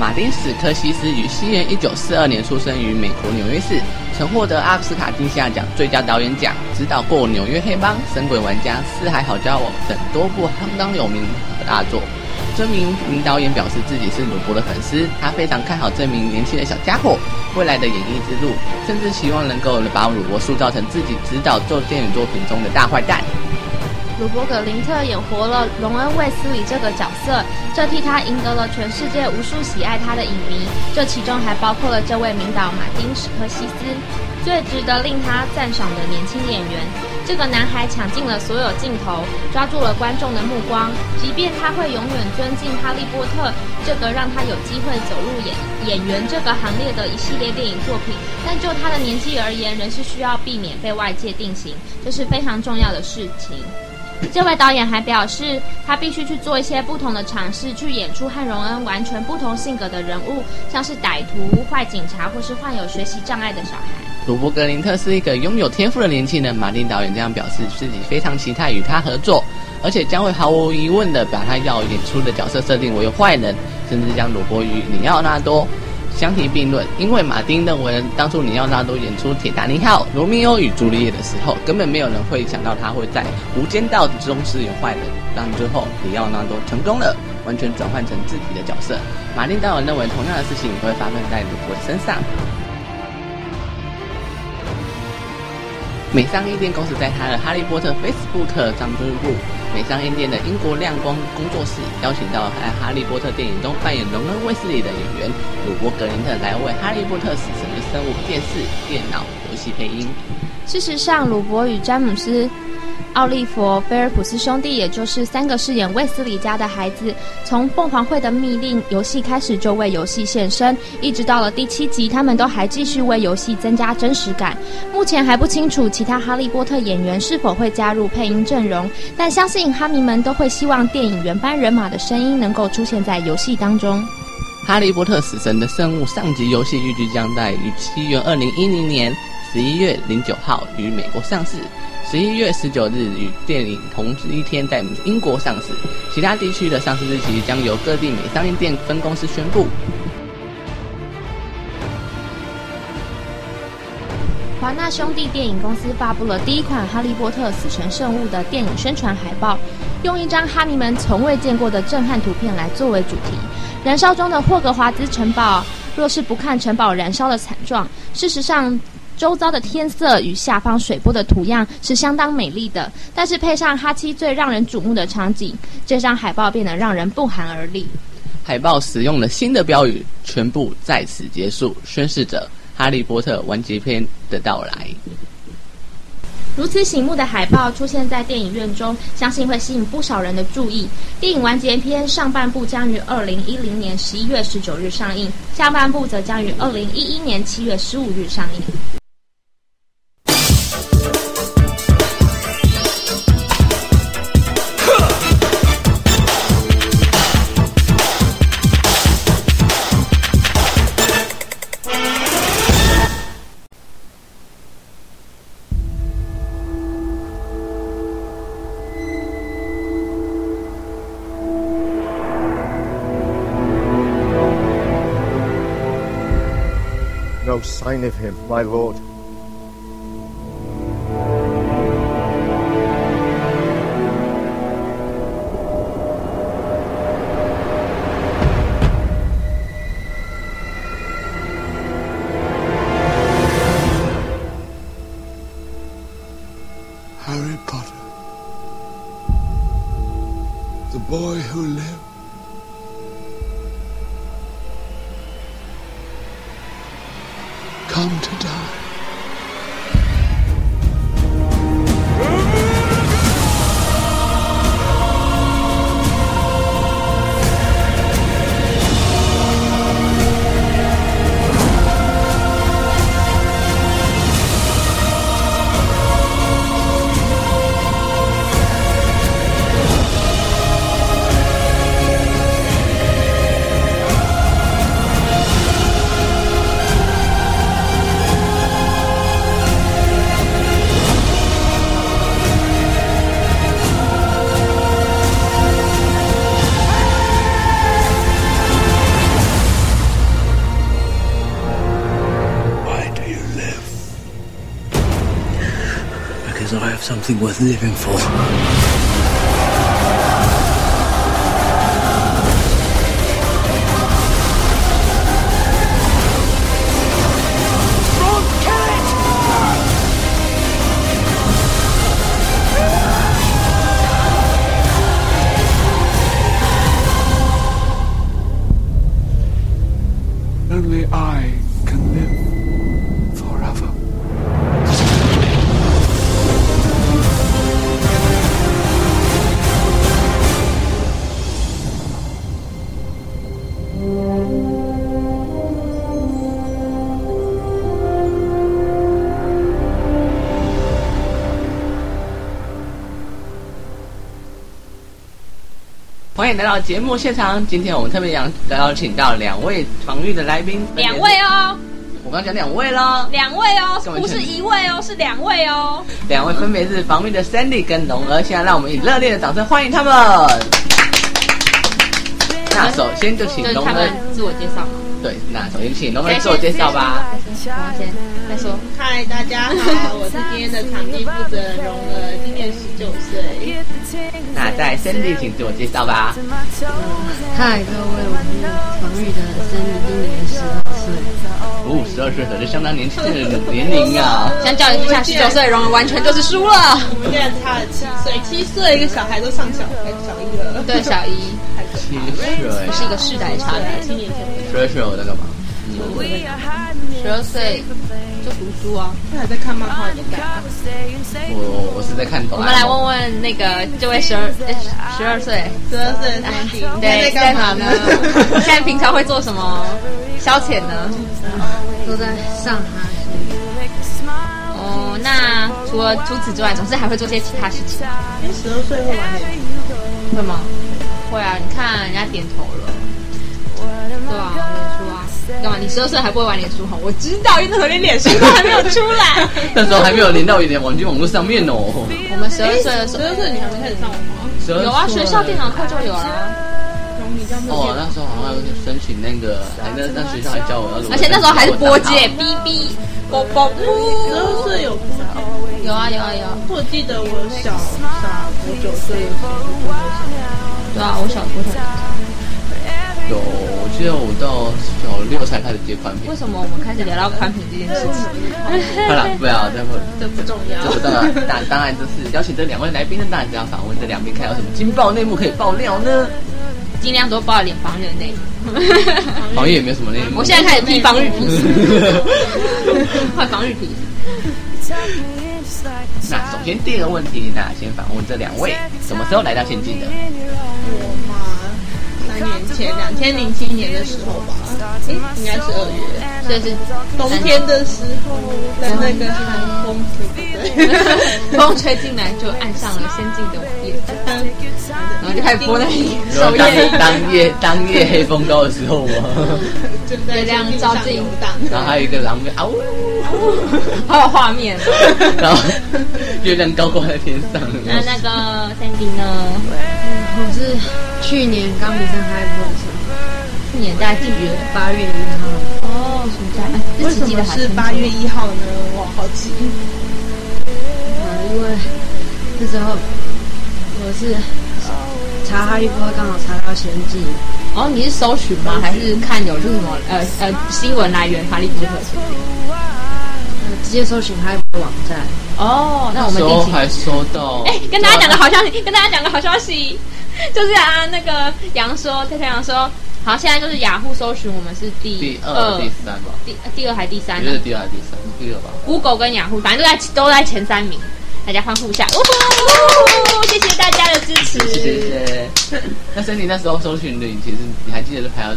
Speaker 4: 马丁·史科西斯于西元一九四二年出生于美国纽约市，曾获得奥斯卡金像奖最佳导演奖，指导过《纽约黑帮》《神鬼玩家》《四海好家伙》等多部相当有名的大作。这名名导演表示自己是鲁伯的粉丝，他非常看好这名年轻的小家伙未来的演艺之路，甚至希望能够把鲁伯塑造成自己指导做电影作品中的大坏蛋。
Speaker 3: 鲁伯格林特演活了荣恩·卫斯理这个角色，这替他赢得了全世界无数喜爱他的影迷，这其中还包括了这位名导马丁·史科西斯。最值得令他赞赏的年轻演员，这个男孩抢尽了所有镜头，抓住了观众的目光。即便他会永远尊敬《哈利波特》这个让他有机会走入演演员这个行列的一系列电影作品，但就他的年纪而言，仍是需要避免被外界定型，这是非常重要的事情。这位导演还表示，他必须去做一些不同的尝试，去演出和荣恩完全不同性格的人物，像是歹徒、坏警察或是患有学习障碍的小孩。
Speaker 4: 鲁伯格林特是一个拥有天赋的年轻人，马丁导演这样表示自己非常期待与他合作，而且将会毫无疑问的把他要演出的角色设定为坏人，甚至将鲁伯与里奥纳多相提并论。因为马丁认为，当初里奥纳多演出《铁达尼号》《罗密欧与朱丽叶》的时候，根本没有人会想到他会在《无间道》中饰演坏人。但最后，里奥纳多成功了，完全转换成自己的角色。马丁导演认为，同样的事情也会发生在鲁伯身上。美商硬件公司在它的《哈利波特》Facebook 上宣布，美商硬件的英国亮光工作室邀请到在《哈利波特》电影中扮演荣恩·卫斯理的演员鲁伯·格林特来为《哈利波特：死神的生物》电视、电脑游戏配音。
Speaker 3: 事实上，鲁伯与詹姆斯·奥利佛·菲尔普斯兄弟，也就是三个饰演卫斯理家的孩子，从凤凰会的密令游戏开始就为游戏献身，一直到了第七集，他们都还继续为游戏增加真实感。目前还不清楚其他哈利波特演员是否会加入配音阵容，但相信哈迷们都会希望电影原班人马的声音能够出现在游戏当中。
Speaker 4: 《哈利波特：死神的圣物》上集游戏预计将在于七月二零一零年十一月零九号于美国上市，十一月十九日与电影同一天在英国上市，其他地区的上市日期将由各地美商业店分公司宣布。
Speaker 3: 华纳兄弟电影公司发布了第一款《哈利波特：死神圣物》的电影宣传海报，用一张哈迷们从未见过的震撼图片来作为主题。燃烧中的霍格华兹城堡，若是不看城堡燃烧的惨状，事实上。周遭的天色与下方水波的图样是相当美丽的，但是配上哈七最让人瞩目的场景，这张海报变得让人不寒而栗。
Speaker 4: 海报使用了新的标语，全部在此结束，宣示着《哈利波特》完结篇的到来。
Speaker 3: 如此醒目的海报出现在电影院中，相信会吸引不少人的注意。电影完结篇上半部将于二零一零年十一月十九日上映，下半部则将于二零一一年七月十五日上映。
Speaker 7: no sign of him, my lord.
Speaker 8: Harry Potter. The boy who lived. Come to die. Why do you live? Because I have something worth living for. Only I can live forever.
Speaker 4: 欢迎来到节目现场。今天我们特别邀邀请到两位防御的来宾，分别是
Speaker 3: 两位，哦，
Speaker 4: 我刚讲两位喽，
Speaker 3: 两位哦
Speaker 4: 干嘛，
Speaker 3: 不是一位哦，是两位哦。
Speaker 4: 两位分别是防御的 Sandy 跟龙儿。现在让我们以热烈的掌声欢迎他们。那首先就请
Speaker 3: 就是
Speaker 4: 龙
Speaker 3: 他们
Speaker 4: 儿，
Speaker 3: 自我介绍嘛。
Speaker 4: 对，那首先请龙儿自我介绍吧。
Speaker 3: 我先再说，
Speaker 9: 嗨，大家好，我是今天的场地负责人蓉儿，今年十九岁。
Speaker 4: 那在 Sandy 请自我介绍吧。
Speaker 9: 嗨，各位，我是防御的森林，今年十二岁。
Speaker 4: 哦，十二岁可是相当年轻的年龄啊。
Speaker 3: 相较于之下，十九岁的容儿完全就是输了。
Speaker 9: 我们竟然差了七岁，七岁一个小孩都上小哎小一了。
Speaker 3: 对，小一
Speaker 9: 太可
Speaker 4: 七岁，
Speaker 3: 是一个世代差
Speaker 9: 怕
Speaker 3: 的，
Speaker 9: 了，七年前
Speaker 4: 十二岁我在干嘛？
Speaker 3: 十二岁就读书啊。
Speaker 9: 他还在看漫画年代。
Speaker 4: 我我是在看
Speaker 3: 我
Speaker 4: 哆啦
Speaker 3: 们
Speaker 4: A
Speaker 3: 来
Speaker 4: 梦。
Speaker 3: 问问那个这位十二哎十二岁，哎
Speaker 9: 十二岁的森林，现
Speaker 3: 对，
Speaker 9: 在干嘛呢？
Speaker 3: 现在平常会做什么消遣呢？
Speaker 9: 都在上海。
Speaker 3: 哦，那除了除此之外，总是还会做些其他事情，
Speaker 9: 因为十二岁会玩的，
Speaker 3: 会吗？会啊，你看人家点头了。对啊，脸书啊，干嘛？你十二岁还不会玩脸书哈？我知道，因为那时候连脸书都还没有出来。
Speaker 4: 那时候还没有连到你的网际网络上面哦。
Speaker 3: 我们十二岁的时
Speaker 9: 十二岁你还没开始上网吗？
Speaker 4: 十二
Speaker 3: 候有啊，
Speaker 4: 岁
Speaker 3: 学校电脑课就有
Speaker 9: 哎
Speaker 3: 啊，
Speaker 9: 蓉，你这样子
Speaker 4: 哦，那时候好像有申请那个，还那那学校还教我要如何。
Speaker 3: 而且那时候还是波 姐，哔哔，啵啵啵。
Speaker 9: 十二岁有估计
Speaker 3: 有啊有啊有啊，
Speaker 9: 我记得我小傻我九岁的时候就会想，
Speaker 3: 对啊，我小我小。
Speaker 4: 有，我记得我到小六才开始接宽屏
Speaker 3: 为。什么我们开始聊到宽屏这件事情？
Speaker 4: 好了，不要再问。
Speaker 9: 这不重要。
Speaker 4: 这我当然，当当然就是邀请这两位来宾，那当然就要访问这两边，看有什么惊爆内幕可以爆料呢？
Speaker 3: 尽量多爆一点防御的 内容。
Speaker 4: 好像也没有什么内幕。
Speaker 3: 嗯 我现在开始踢防御皮， 快防御皮。
Speaker 4: 那首先第一个问题，那先访问这两位，什么时候来到现今的？
Speaker 9: 我嘛，三年前，两千零七年的时候吧，诶，应该是二月，
Speaker 3: 所以是
Speaker 9: 冬天的时候，在那个寒风吹不对，
Speaker 3: 风吹进来就按上了先进的网页，然后就开始播那里 首页，
Speaker 4: 当当夜当夜黑风高的时候吗？
Speaker 9: 就在
Speaker 3: 月亮照进
Speaker 9: 荡，
Speaker 4: 然后还有一个狼狈啊呜，
Speaker 3: 好有画 面。
Speaker 4: 然后月亮高挂在天上。
Speaker 3: 啊那那个 Sandy 呢？
Speaker 9: 我是去年刚比赛开播的时候，
Speaker 3: 去年大概几月？
Speaker 9: 八月一号，
Speaker 3: 哦，暑假。哎
Speaker 10: 为什么是八月一号呢？我好奇。
Speaker 11: 嗯，因为那时候我是查哈利波特，刚好查到玄机。
Speaker 3: 哦，你是搜寻吗？还是看有这个什么呃呃新闻来源哈利波特是不是？
Speaker 11: 嗯直接搜寻哈利波特网站。
Speaker 3: 哦，那
Speaker 4: 那
Speaker 3: 我们
Speaker 4: 时
Speaker 3: 第
Speaker 4: 候
Speaker 3: 几？
Speaker 4: 还收到，
Speaker 3: 哎，跟大家讲个好消息，跟大家讲个好消息， 就是啊，那个杨说，太太杨说，好，现在就是雅虎搜寻，我们是第
Speaker 4: 第二、第三吧，
Speaker 3: 第第二还第三
Speaker 4: 我觉得第二、第三、第二吧。
Speaker 3: Google 跟雅虎，反正都在都在前三名，大家欢呼一下！ 呜呼，谢谢大家的支持。
Speaker 4: 谢谢谢谢。那森你那时候搜寻的引擎是，你还记得是排到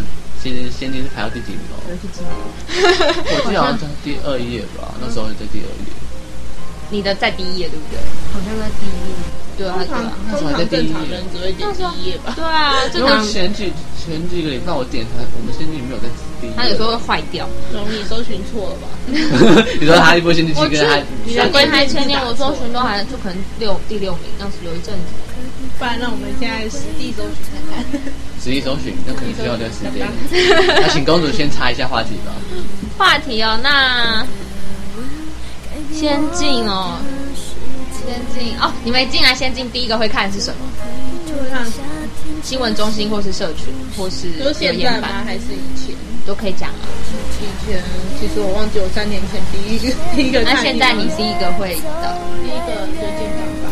Speaker 4: 先先进是排到第几名 哦？我记得好像在第二页吧，
Speaker 3: 嗯
Speaker 4: 那时候是在第二页。
Speaker 3: 你的在第一页对不对？
Speaker 11: 好像在第一，
Speaker 3: 对啊，对啊。
Speaker 4: 那时候还在第一页。
Speaker 10: 只会点第一页吧？
Speaker 3: 对啊，
Speaker 4: 因
Speaker 3: 正
Speaker 4: 为
Speaker 3: 常
Speaker 4: 前几前几个礼拜我点它，我们先进没有在第一页。
Speaker 3: 它有时候会坏掉。
Speaker 10: 容易搜寻错了吧？
Speaker 4: 你说哈利波特先进去跟哈
Speaker 3: 你的归还前年我搜寻都还就可能六第六名，当时有一阵子。
Speaker 10: 不然让我们现在实地搜寻看看。
Speaker 4: 实际搜寻，那可能需要一段时间。那请公主先插一下话题吧。
Speaker 3: 话题哦，那先进哦，先进哦，你们进来先进第一个会看的是什么？
Speaker 10: 就像
Speaker 3: 新闻中心或是社群或是
Speaker 10: 就
Speaker 3: 留
Speaker 10: 现在
Speaker 3: 言
Speaker 10: 吗？
Speaker 3: 板
Speaker 10: 还是以前？
Speaker 3: 都可以讲啊。
Speaker 10: 以前其实我忘记我三年前第一个第一个看
Speaker 3: 那
Speaker 10: 的。
Speaker 3: 现在你是一个会的
Speaker 10: 第一个推荐版吧？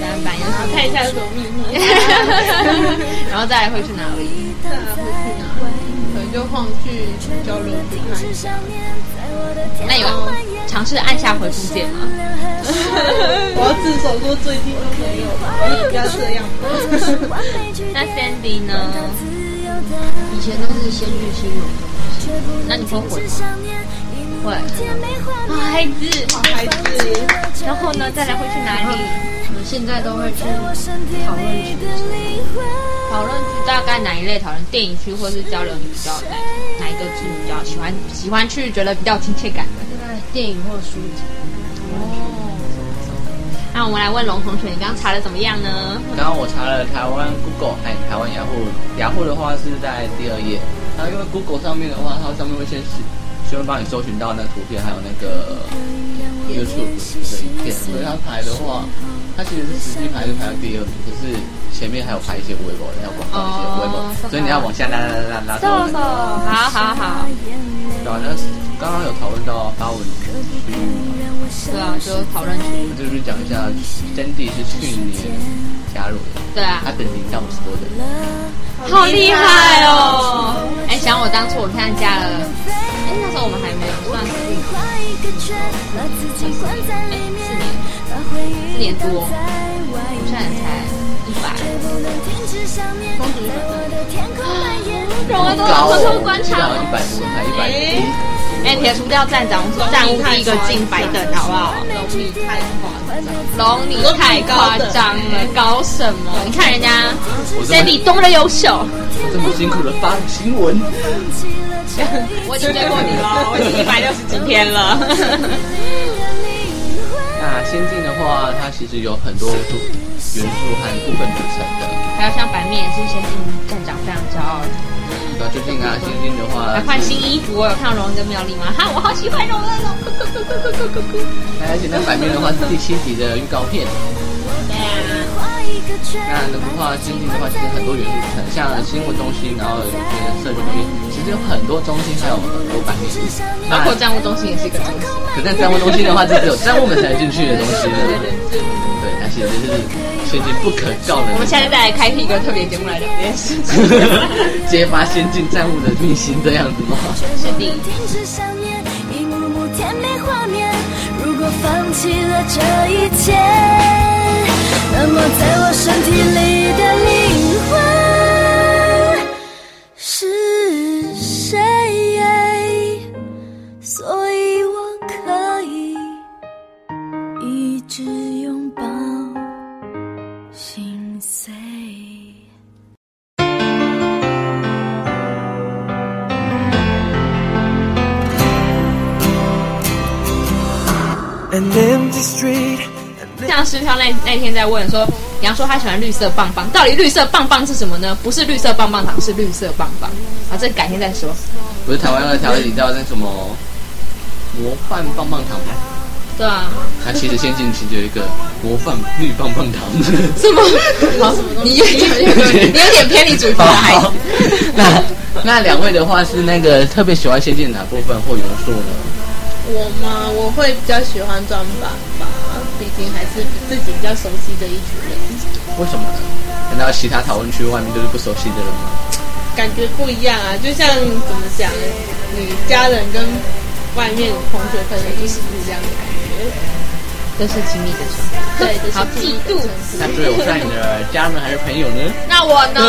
Speaker 3: 男版，然后
Speaker 10: 看一下有什么秘密。
Speaker 12: 啊
Speaker 3: 然后再来会去哪里？
Speaker 10: 再来会去哪？可能就晃去交流区看
Speaker 2: 어.
Speaker 10: 一下。
Speaker 3: 那有尝试按下回复键吗？
Speaker 10: 我要自首说最近都没有了，你不要这样 吧。
Speaker 3: 那 Sandy 呢？
Speaker 11: 以前都是先去新闻，
Speaker 3: 那你会回吗？会。啊，
Speaker 2: 哎
Speaker 3: 孩子，
Speaker 10: 好孩子，
Speaker 12: 哦然后呢，再来会去哪里？
Speaker 11: 我现在
Speaker 2: 哎
Speaker 11: 都会去讨论区。
Speaker 3: 讨论区大概哪一类讨论？电影区或是交流你比较哪哪一个是你比较喜欢喜欢去觉得比较有亲切感的？哦
Speaker 11: 现在电影或书籍，
Speaker 3: 那我们来问龙同学，你刚刚查的怎么样呢？
Speaker 4: 然后我查了台湾 Google 和台湾雅虎，雅虎的话是在第二页，然后因为 Google 上面的话，它上面会先是先会帮你搜寻到那图片，还有那个 YouTube 的影片，所以它排的话，它其实是实际排是排到第二名，可是前面还有排一些微博，还有广告一些微博，所以你要往下拉拉拉拉拉到那个。
Speaker 3: 好好好，
Speaker 4: 对啊，那刚刚有讨论到发文区域嘛，
Speaker 3: 对啊，就讨论区，
Speaker 4: 我这边讲一下，Sandy 是去年加入的，
Speaker 3: 对啊
Speaker 4: 他，等级到我是多的。
Speaker 3: 好厉害哦！哎，想我当初我看加了，哎，那时候我们还没有算是四年多，我现在才一百，
Speaker 4: 高哦
Speaker 3: 我
Speaker 2: 啊
Speaker 3: 都偷偷观察
Speaker 4: 一百多，才一百一，
Speaker 3: 哎，撇除掉站长，我们说站务第一个进白等，好不好？龙，
Speaker 10: 容易太夸张。
Speaker 3: 你太夸张了，搞什么？你看人家 Sandy 多么的优秀，
Speaker 4: 我这么辛苦的发新闻，
Speaker 3: 我已经追过你了，我已经一百六十几天了。
Speaker 4: 那仙境的话，它其实有很多组元素和部分组成的。
Speaker 3: 还有像版面也是先进站长非常骄傲的，
Speaker 4: 那最近啊，仙境的话
Speaker 3: 还，换新衣服，我有看到荣恩跟妙丽吗？哈，我好喜欢荣恩哦，哭哭哭哭哭 哭哭。
Speaker 4: 哎而且那版面的话是第七集的预告片。
Speaker 3: 啊
Speaker 4: 那的话，经济的话，其实很多元素组成，像新闻中心，然后有些社区中心，其实有很多中心，还有很多版面。
Speaker 3: 包
Speaker 4: 那
Speaker 3: 括站务中心也是一个中心。
Speaker 4: 可在站务中心的话，就只有站务们才能进去的东西了。对，而且就是先进不可告人。
Speaker 3: 我们现在再来开辟一个特别节目来聊这件事情。
Speaker 4: 揭发先进站务的秘辛这样子吗？
Speaker 3: 是的，
Speaker 2: 停止想念，一幕幕甜美画面。如果放弃了这一切，那么在我身体里的灵魂是谁？所以我可以一直拥抱心碎。
Speaker 13: An empty street.
Speaker 3: 像诗飘那那天在问说，杨说他喜欢绿色棒棒，到底绿色棒棒是什么呢？不是绿色棒棒糖，是绿色棒棒。啊，这改天再说。
Speaker 4: 不是台湾二条，你知道那什么模范棒棒糖吗？
Speaker 3: 对啊，
Speaker 4: 它其实先进期就有一个模范绿棒棒糖。
Speaker 3: 什么？啊好，你有点你有点偏离主题了，还
Speaker 4: 好，那那两位的话是那个特别喜欢《仙剑》哪部分或元素呢？
Speaker 10: 我吗？我会比较喜欢专版吧，毕竟还是自己比较熟悉的一群人，
Speaker 4: 为什么呢？难道其他讨论区外面都是不熟悉的人吗？
Speaker 10: 感觉不一样啊。就像怎么讲，你家人跟外面同学朋友就是不一样的感觉。
Speaker 6: 都是亲密的传播。
Speaker 10: 对，就是
Speaker 6: 好
Speaker 10: 自己
Speaker 6: 嫉
Speaker 10: 的
Speaker 6: 妒
Speaker 10: 城市
Speaker 4: 那最友善你的家人还是朋友呢？
Speaker 10: 那我呢？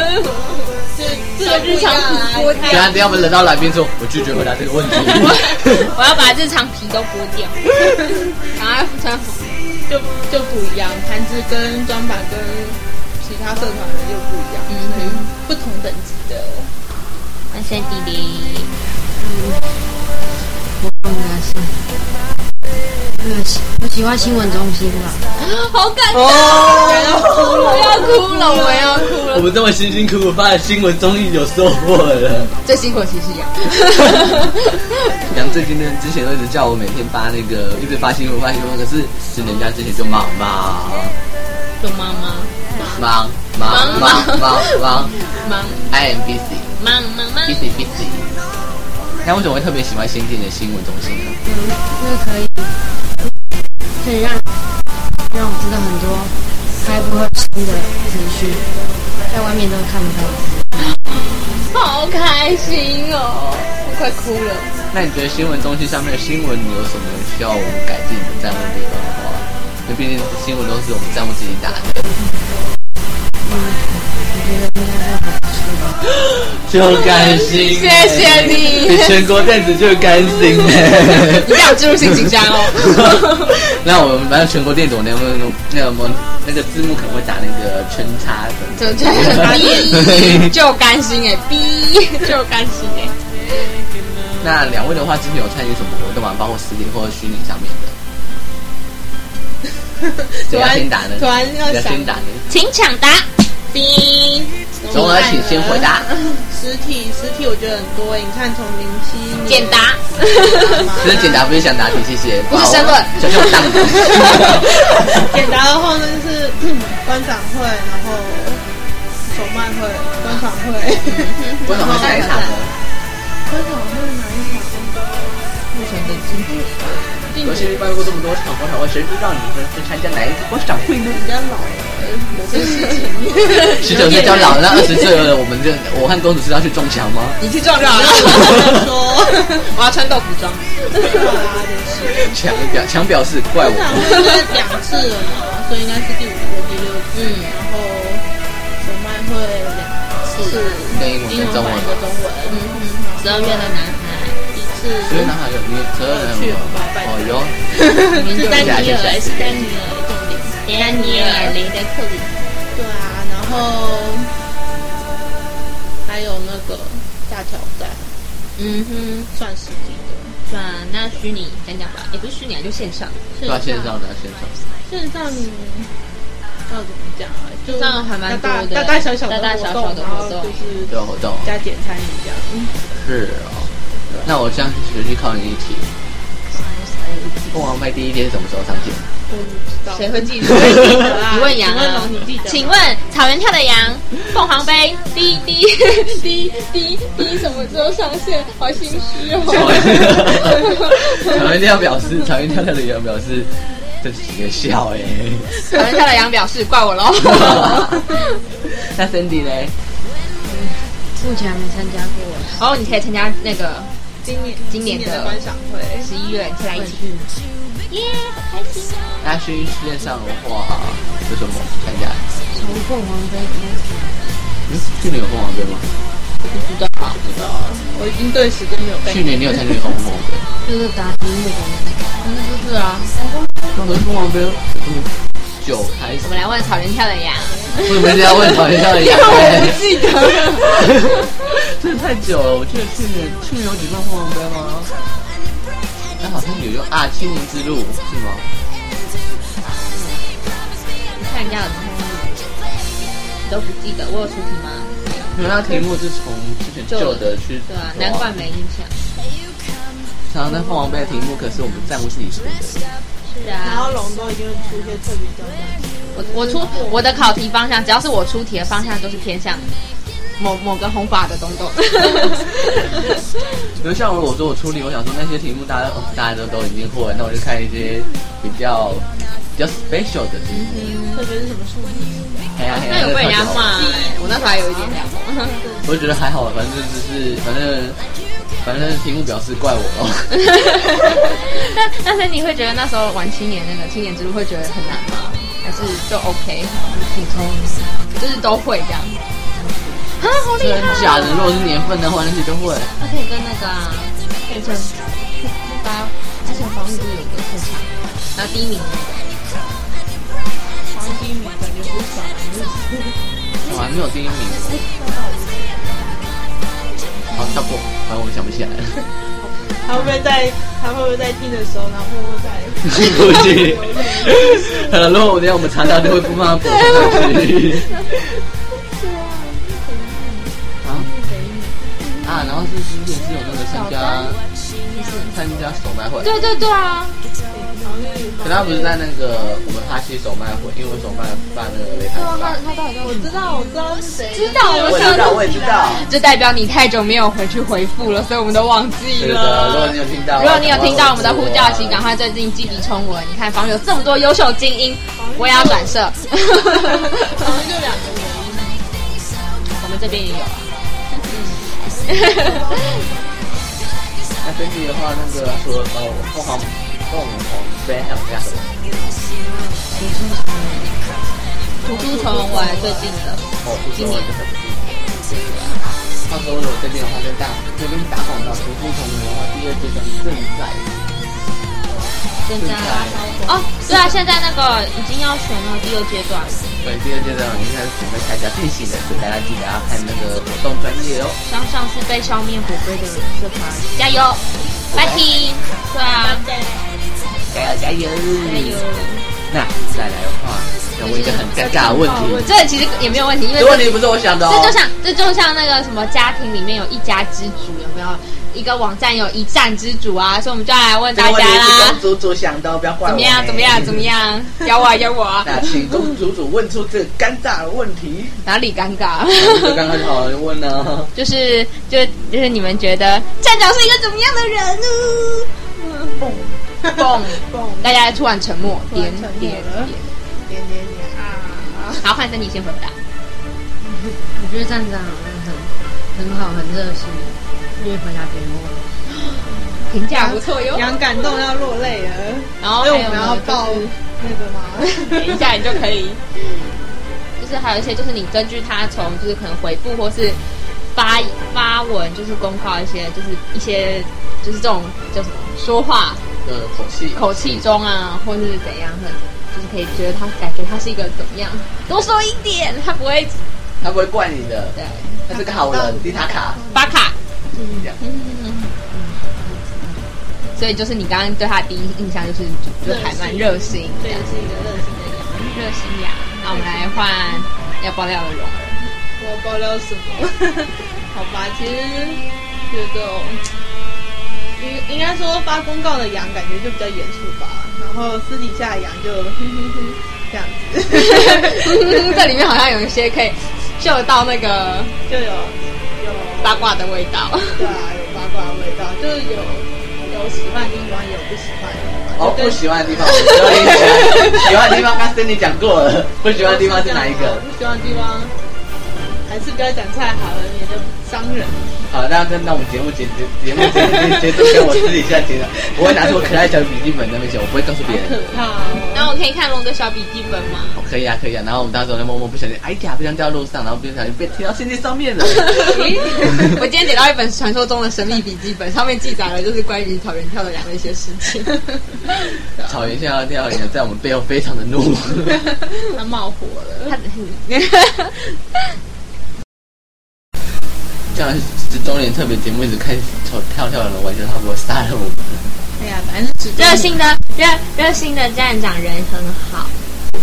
Speaker 10: 这这个日常
Speaker 3: 皮
Speaker 10: 不
Speaker 3: 剥
Speaker 10: 一
Speaker 4: 等一
Speaker 10: 样
Speaker 4: 下，等一下我们惹到来宾说，我拒绝回答这个问题。
Speaker 3: 我要把日常皮都剥 掉，然后穿红。
Speaker 10: 就就不一样，盘子跟装板跟其他社团人又不一样，嗯，所以不同等级的。哦
Speaker 14: 那是弟弟，
Speaker 15: 我应该是那个喜我喜欢新闻中心吧，
Speaker 3: 好感动，
Speaker 10: 哦
Speaker 3: 我要哭了，我要哭了。
Speaker 4: 我们这么辛辛苦苦发的新闻，终于有收获了。
Speaker 6: 最辛苦的其实是羊，
Speaker 4: 杨最近呢，之前都一直叫我每天发那个，一直发新闻，发新闻，可是是人家之前就忙忙
Speaker 3: 有妈妈，
Speaker 4: 忙忙忙忙忙
Speaker 3: 忙
Speaker 4: ，I am busy
Speaker 3: 忙忙忙，
Speaker 4: busy busy。那为什么会特别喜欢先进的新闻中心呢？
Speaker 15: 嗯，因为可以可以让让我知道很多开不会新的资讯，在外面都看不到。
Speaker 3: 好开心哦！
Speaker 10: 我快哭了，
Speaker 4: 那你觉得新闻中心上面的新闻，你有什么需要我们改进的站务地方的话？因为毕竟新闻都是我们站务自己打的。 就甘心、 欸
Speaker 3: 谢谢你
Speaker 4: 你全国站子就甘心、欸。
Speaker 3: 你让我进入性情家哦。
Speaker 4: 那我们班全国电总联盟那个模那个字幕可能会打那个圈叉的。
Speaker 3: 真的逼就甘心哎，逼就甘心哎。
Speaker 4: 那两位的话，之前有参与什么活动吗？包括实体或者虚拟上面的？
Speaker 10: 突
Speaker 4: 谁要
Speaker 10: 然
Speaker 4: 先打呢？
Speaker 10: 突然要
Speaker 4: 谁要
Speaker 10: 想
Speaker 4: 先打呢？
Speaker 3: 请抢答，逼
Speaker 4: 总而请先回答。
Speaker 10: 实体实体我觉得很多欸，你看从零七年
Speaker 3: 简答，
Speaker 4: 只是简答，不是想答题，谢谢。
Speaker 3: 不是申论
Speaker 4: 小心我当 你。
Speaker 10: 简答的话呢就是 嗯观赏会，然后手卖会、观赏会，
Speaker 4: 为 什么下一场呢？
Speaker 10: 观赏会哪一场？
Speaker 4: 我其实办过这么多场广场会，谁知道你们是参加哪一个广场 会呢？
Speaker 10: 比较老了，有些事情。
Speaker 4: 十九岁较老，那二十岁了，我们这我和公主是要去撞墙吗？
Speaker 3: 你去撞撞。
Speaker 10: 说，
Speaker 3: 我要穿豆腐装。
Speaker 10: 啊
Speaker 4: 强表强表示怪
Speaker 10: 观赏
Speaker 4: 我。
Speaker 10: 会应该两次了嘛，所以应该是第五次或第六
Speaker 3: 嗯
Speaker 10: 次。然后手卖会两次，
Speaker 4: 跟英文跟
Speaker 10: 英
Speaker 4: 中
Speaker 10: 文
Speaker 4: 文
Speaker 10: 版一个中文，嗯
Speaker 3: 十二月的男孩，
Speaker 10: 一次
Speaker 4: 所以男孩有你责任很有哦哟，
Speaker 10: 是丹尼尔，是丹尼尔，重点。
Speaker 3: 丹尼尔雷德克里。
Speaker 10: 对啊，然后还有那个大挑战，
Speaker 3: 嗯哼，
Speaker 10: 算实体的。
Speaker 3: 算那虚拟讲讲吧，也不是虚拟啊，就线上。
Speaker 4: 对吧？线上的线上，
Speaker 10: 线上要怎么讲啊？就
Speaker 3: 这样还蛮多的
Speaker 10: 大大大小小的
Speaker 3: 大大小小
Speaker 10: 活动，
Speaker 3: 的
Speaker 10: 然后
Speaker 3: 活动
Speaker 10: 就是
Speaker 4: 这个活动
Speaker 10: 加减参与这样。嗯
Speaker 4: 是哦。那我这样持续靠你一起。凤凰派第一天什么时候上线？
Speaker 10: 我不知道，
Speaker 3: 谁会记住？
Speaker 10: 你
Speaker 3: 你问羊
Speaker 10: 你问
Speaker 3: 啊
Speaker 10: 龙，你记得吗？
Speaker 14: 请问草原跳的羊，凤凰杯滴滴滴滴滴什么时候上线？好心虚哦。
Speaker 4: 草原跳表示，草原跳跳的人表示，这几个笑哎、
Speaker 3: 草原跳的羊表示怪我喽。
Speaker 4: 那 Cindy 呢？
Speaker 15: 目前还没参加过，
Speaker 3: 然后你可以参加那个
Speaker 10: 今年
Speaker 3: 今年的
Speaker 10: 年的观赏会，
Speaker 3: 十一月，你再来一起。
Speaker 4: 那去线上的话，有什么参加？
Speaker 15: 从凤凰杯开始。
Speaker 4: 嗯，去年有凤凰杯吗？
Speaker 10: 我已经对时间没有概
Speaker 4: 去
Speaker 10: 念。
Speaker 4: 年你有参加凤凰杯？
Speaker 15: 就是打题目的
Speaker 10: 就是啊，
Speaker 4: 可是凤凰杯九开始
Speaker 3: 我，们来问草原跳的羊，
Speaker 4: 为什么一直要问讨厌到底？
Speaker 10: 我不记得了。
Speaker 4: 这太久了，我记得去年去年有举办凤凰杯吗？哎，好像有用啊，青年之路是吗？
Speaker 3: 看人家有参与，你都不记得我有出题吗？
Speaker 4: 没有，那题目是从之前旧的去
Speaker 3: 对啊，难怪没印象。
Speaker 4: 常常在凤凰杯的题目可是我们战无是己出的。
Speaker 3: 是
Speaker 10: 然
Speaker 3: 啊，
Speaker 10: 后龙都一定会出一些特别刁难的。
Speaker 3: 我我出我的考题方向，只要是我出题的方向，都是偏向某某个红发的东 东。
Speaker 4: 因为像我我说我出力，我想说那些题目大家都大家都都已经会了，那我就看一些比较比较 special 的题目。
Speaker 10: 特别是什么数字？
Speaker 4: 哎呀哎呀
Speaker 3: 那有被人家
Speaker 4: 那个
Speaker 3: 骂、欸，我那时候还有一点凉 风。
Speaker 4: 我就觉得还好，反正就是反正反正题目表示怪我咯。
Speaker 3: 但但是你会觉得那时候玩青年那个青年之路会觉得很难吗？还是就 OK，
Speaker 16: 普通，
Speaker 3: 就是都会这样？啊，好厉
Speaker 4: 真
Speaker 3: 害！
Speaker 4: 假的，如果是年份的话，那些就会。
Speaker 17: 哦他可以跟那个啊，黑城，那个啊之前防御不是有一个特长，然后第一名
Speaker 10: 黄金米感觉不爽，
Speaker 4: 我还没有第一名。好，跳过，反正我想不起来了。
Speaker 10: 还会不会在还会不会在听的时候，然后默默在
Speaker 4: 不去。好了，如果我等一下我们查到就会不慢慢补上去。啊啊，然后是之前是有那个参加参加首卖会，
Speaker 17: 对对对啊，
Speaker 4: 可他不是在那个我们哈西首卖会，因为我手卖办那个擂台赛。
Speaker 17: 他到底
Speaker 10: 我知道我知道是谁，
Speaker 3: 知道我
Speaker 4: 我
Speaker 3: 们
Speaker 4: 知道，我也知道。
Speaker 3: 就代表你太久没有回去回复了，所以我们都忘记
Speaker 4: 对的，如果
Speaker 3: 了
Speaker 4: 你。有听到，
Speaker 3: 如果你有听到我们的呼叫，请赶快最近积极冲文。你看，房有这么多优秀精英，我也要转社。
Speaker 10: 好像就两个 人。
Speaker 3: 我们这边也有啊。嗯
Speaker 4: 那根据的话，那个说呃，凤凰凤凰杯还有加什么？
Speaker 3: 图书城我还最近的，
Speaker 4: 哦，不说我就很不记到时候如果这边的话，就大这边打广告，图书同盟的话，第二阶段正在
Speaker 3: 增加了。哦，对啊，现在那个已经要选了第二阶段了，
Speaker 4: 对第二阶段应该是准备开始要进行的，所以大家记得要看那个活动专业哦。
Speaker 3: 像上次被消灭火龟的社团，加油，fighting！对啊，
Speaker 4: 加油加油！
Speaker 3: 加油！
Speaker 4: 那再来的话，要问一个很尴尬的问题，
Speaker 3: 这其实也没有问题，因为
Speaker 4: 这问题不是我想的哦
Speaker 3: 这。就像这就像那个什么家庭里面有一家之主，有没有？一个网站有一站之主啊，所以我们就来问
Speaker 4: 这
Speaker 3: 大
Speaker 4: 个问
Speaker 3: 家
Speaker 4: 题是
Speaker 3: 啦
Speaker 4: 公，主主想的哦，不要怪我。
Speaker 3: 怎么样？怎么样？怎么？样？咬我啊，咬我啊！
Speaker 4: 那请公主主问出这尴尬的问题。
Speaker 3: 哪里尴尬？
Speaker 4: 刚刚好就问呢，
Speaker 3: 就是就就是你们觉得站长是一个怎么样的人呢？蹦蹦，大家突然沉默，
Speaker 10: 突然
Speaker 3: 点
Speaker 10: 沉默
Speaker 3: 点
Speaker 10: 了
Speaker 3: 点。
Speaker 10: 点点点啊！
Speaker 3: 好，换成你先回答。
Speaker 16: 我觉得站长啊很很好，很热心，愿意回答别人问题。
Speaker 3: 评价不错哟。
Speaker 10: 杨感动要落泪了，
Speaker 3: 然后
Speaker 10: 所以我
Speaker 3: 还有
Speaker 10: 们要
Speaker 3: 呢，
Speaker 10: 报
Speaker 3: 就是
Speaker 10: 那个 吗？
Speaker 3: 等一下你就可以，就是还有一些就是你根据他从就是可能回复或是发发文，就是公告一些就是一些就是这种叫什么说话
Speaker 4: 呃，口气
Speaker 3: 口气中啊，或是怎样，很就是可以觉得他感觉他是一个怎么样，多说一点，他不会
Speaker 4: 他不会怪你的，
Speaker 3: 对
Speaker 4: 他是个好人，丽塔卡。
Speaker 3: 发卡。
Speaker 4: 就是这样
Speaker 3: 嗯所以就是你刚刚对他的第一印象就是就就还蛮热心，
Speaker 10: 对，是一个热情的人。
Speaker 3: 热心呀。那我们来换要爆料的容儿。
Speaker 10: 我爆料什么？ 好吧，其实觉得哦，应应该说发公告的羊感觉就比较严肃吧，然后私底下的羊就 哼哼哼这样子，
Speaker 3: 这里面好像有一些可以嗅得到那个
Speaker 10: 就有有
Speaker 3: 八卦的味道。
Speaker 10: 对啊，有八卦的味道，就是有有喜欢的地方，有不喜欢的地方。
Speaker 4: 哦，
Speaker 10: 就
Speaker 4: 不
Speaker 10: 跟
Speaker 4: 喜欢的地方，我知道你喜 欢喜欢的地方，刚 Cindy 讲过了，不喜欢的地方是哪一个？
Speaker 10: 不喜欢的地方，还是不要讲出来好了，免得伤人。
Speaker 4: 好，那跟那我们节目结结节目结结结束前，我私底下结的，我会拿出我可爱小笔记本那边写，我不会告诉别
Speaker 10: 可
Speaker 4: 人。
Speaker 10: 怕哦！
Speaker 3: 那我可以看龙的小笔记本吗？
Speaker 4: 哦可以啊，可以啊。然后我们到时候就默默不小心，哎呀，不想掉路上，然后不小心被贴到 Cindy 上面了。
Speaker 3: 咦 我今天捡到一本传说中的神秘笔记本，上面记载了就是关于草原跳的羊的一些事情。
Speaker 4: 草原下掉也在我们背后非常的怒。
Speaker 10: 他冒火了，
Speaker 3: 他
Speaker 4: 这样十周年特别节目一直开跳跳跳的玩笑，他不会杀了我们。
Speaker 10: 哎呀，反正只
Speaker 18: 热心的热热心的站长人很好，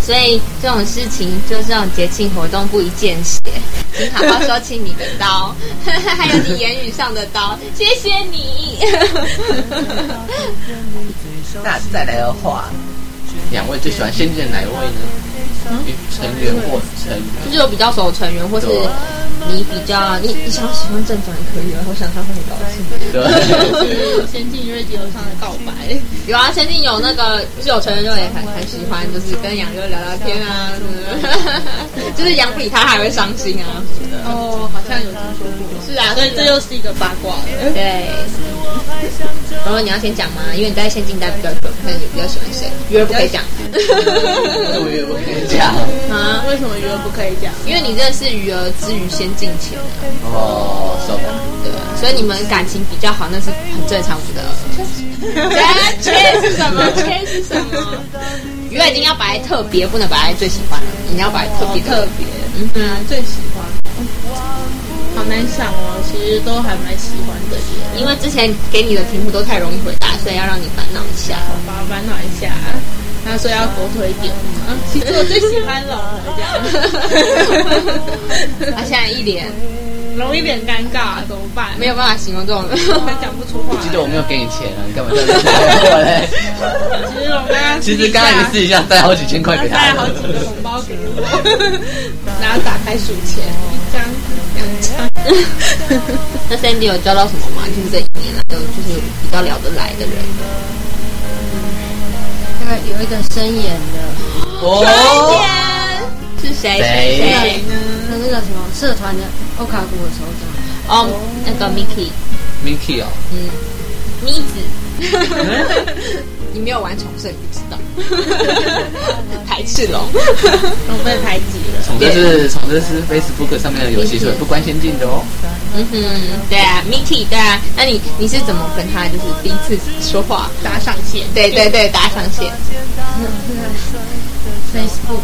Speaker 5: 所以这种事情，就这种节庆活动不宜见血，请好好收起你的刀， 还有你言语上的刀，谢谢 你。
Speaker 4: 那再来的话，两位最喜欢仙剑哪一位呢？成员或成
Speaker 3: 就是有比较熟的成员，或是你比较你你想喜欢正转可以啊，我想他会很高兴。
Speaker 4: 对
Speaker 10: 先进瑞迪欧上的告白，
Speaker 3: 有啊，最近有那个就是有成员就也很很喜欢，就是跟杨乐聊聊天啊， 什么的就是杨不理他，他还会伤心啊。
Speaker 10: 哦，好像有听说过。
Speaker 3: 是啊，
Speaker 10: 所以这又是一个八卦了。
Speaker 3: 对。然后你要先讲吗？因为你在现金待比较久，看你比较喜欢谁，约了不可以讲。
Speaker 4: 我也不跟你讲
Speaker 3: 啊，
Speaker 10: 为什么鱼儿不可以讲？
Speaker 3: 因为你认识鱼儿之于先进前啊，
Speaker 4: 哦，什么？
Speaker 3: 对啊，所以你们感情比较好，那是很正常的。切是什 么？切是什么？鱼儿已经要摆在特别，不能摆在最喜欢了，你要摆在哦特别
Speaker 10: 特
Speaker 3: 的。
Speaker 10: 别，嗯，最喜欢，好难想哦，其实都还蛮喜欢的耶。
Speaker 3: 因为之前给你的题目都太容易回答，所以要让你烦恼一 下。
Speaker 10: 好吧，烦恼一下，那所以要狗腿一点嘛。其实我最喜欢龙了，这样，
Speaker 3: 他现在一脸
Speaker 10: 容易点尴尬，怎么办？
Speaker 3: 没有办法形容这种人，
Speaker 10: 还讲不出话
Speaker 4: 记。得我没有给你钱啊，你干嘛这样子 我嘞？
Speaker 10: 其实龙刚刚
Speaker 4: 其实刚刚你私底下塞好几千块给他
Speaker 10: 带
Speaker 4: 了
Speaker 10: 好几个红包给我， 然后打开数钱，一张、两张。
Speaker 3: 那 Sandy 有交到什么吗？就是这一年来，有就是比较聊得来的人。
Speaker 15: 那个有一个深眼的，
Speaker 4: 哦，
Speaker 3: 是谁？
Speaker 4: 谁
Speaker 3: 谁？
Speaker 15: 那那个什么社团的欧卡古的首长，
Speaker 3: 哦，那个 Miki，
Speaker 4: Miki 哦，
Speaker 3: 嗯，咪 子。你没有玩重生，你不知 道。排斥哦龙，
Speaker 10: 龙被排挤了。
Speaker 4: 从这是从这是 Facebook 上面的游戏，所以不关先进的哦。
Speaker 3: 嗯哼，对啊，Miki，对啊。那你你是怎么跟他就是第一次说话？
Speaker 10: 打上线，
Speaker 3: 对对对，打上线。
Speaker 15: Facebook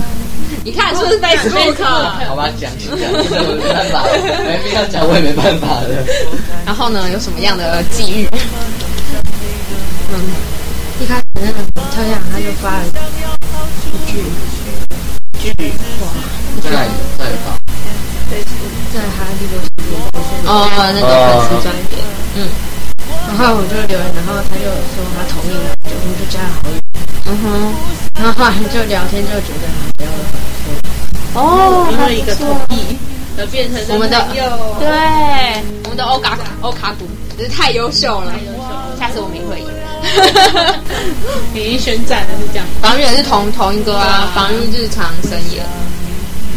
Speaker 3: 你看是不是 Facebook？
Speaker 4: 好吧，讲讲，我没办 法，没必要讲，我也没办法的。
Speaker 3: 然后呢，有什么样的际遇？
Speaker 15: 一开始那个特亮他就发了一句句话，
Speaker 4: 在哪里？在哪
Speaker 15: 在哈利波特里面
Speaker 3: 哦，那个粉丝专业，嗯
Speaker 15: 然后我就留言，然后他就说他同意了，就我们就加了好友，
Speaker 3: 嗯哼，
Speaker 15: 然后后来就聊天就觉得很聊得
Speaker 3: 哦
Speaker 10: 因为一个同意而变成
Speaker 3: 我们的
Speaker 10: 朋友。
Speaker 3: 对，我们的欧卡欧卡古真是太优秀了，下次我们也会赢。
Speaker 10: 已经宣战了，是这样。
Speaker 3: 防御也是同同一个啊，防御日常生也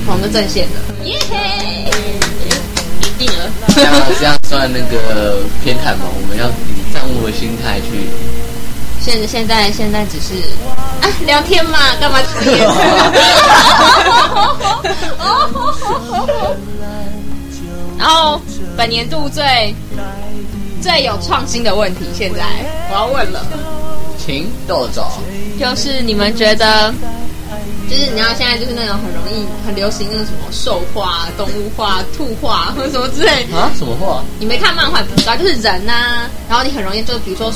Speaker 3: 同个阵线的，耶嘿！
Speaker 10: 一定了，
Speaker 4: 里？这样这样算那个偏袒吗？我们要以战务的心态去。
Speaker 3: 现现在现在只是啊聊天嘛，干嘛这 样？然后哦本年度最最有创新的问题，现在我要问了。
Speaker 4: 请豆总，
Speaker 3: 就是你们觉得，就是你知道现在就是那种很容易很流行那种什么兽化、动物化、兔化或者什么之类，
Speaker 4: 啊，什么话？
Speaker 3: 你没看漫画也不知道，就是人呐、然后你很容易就比如说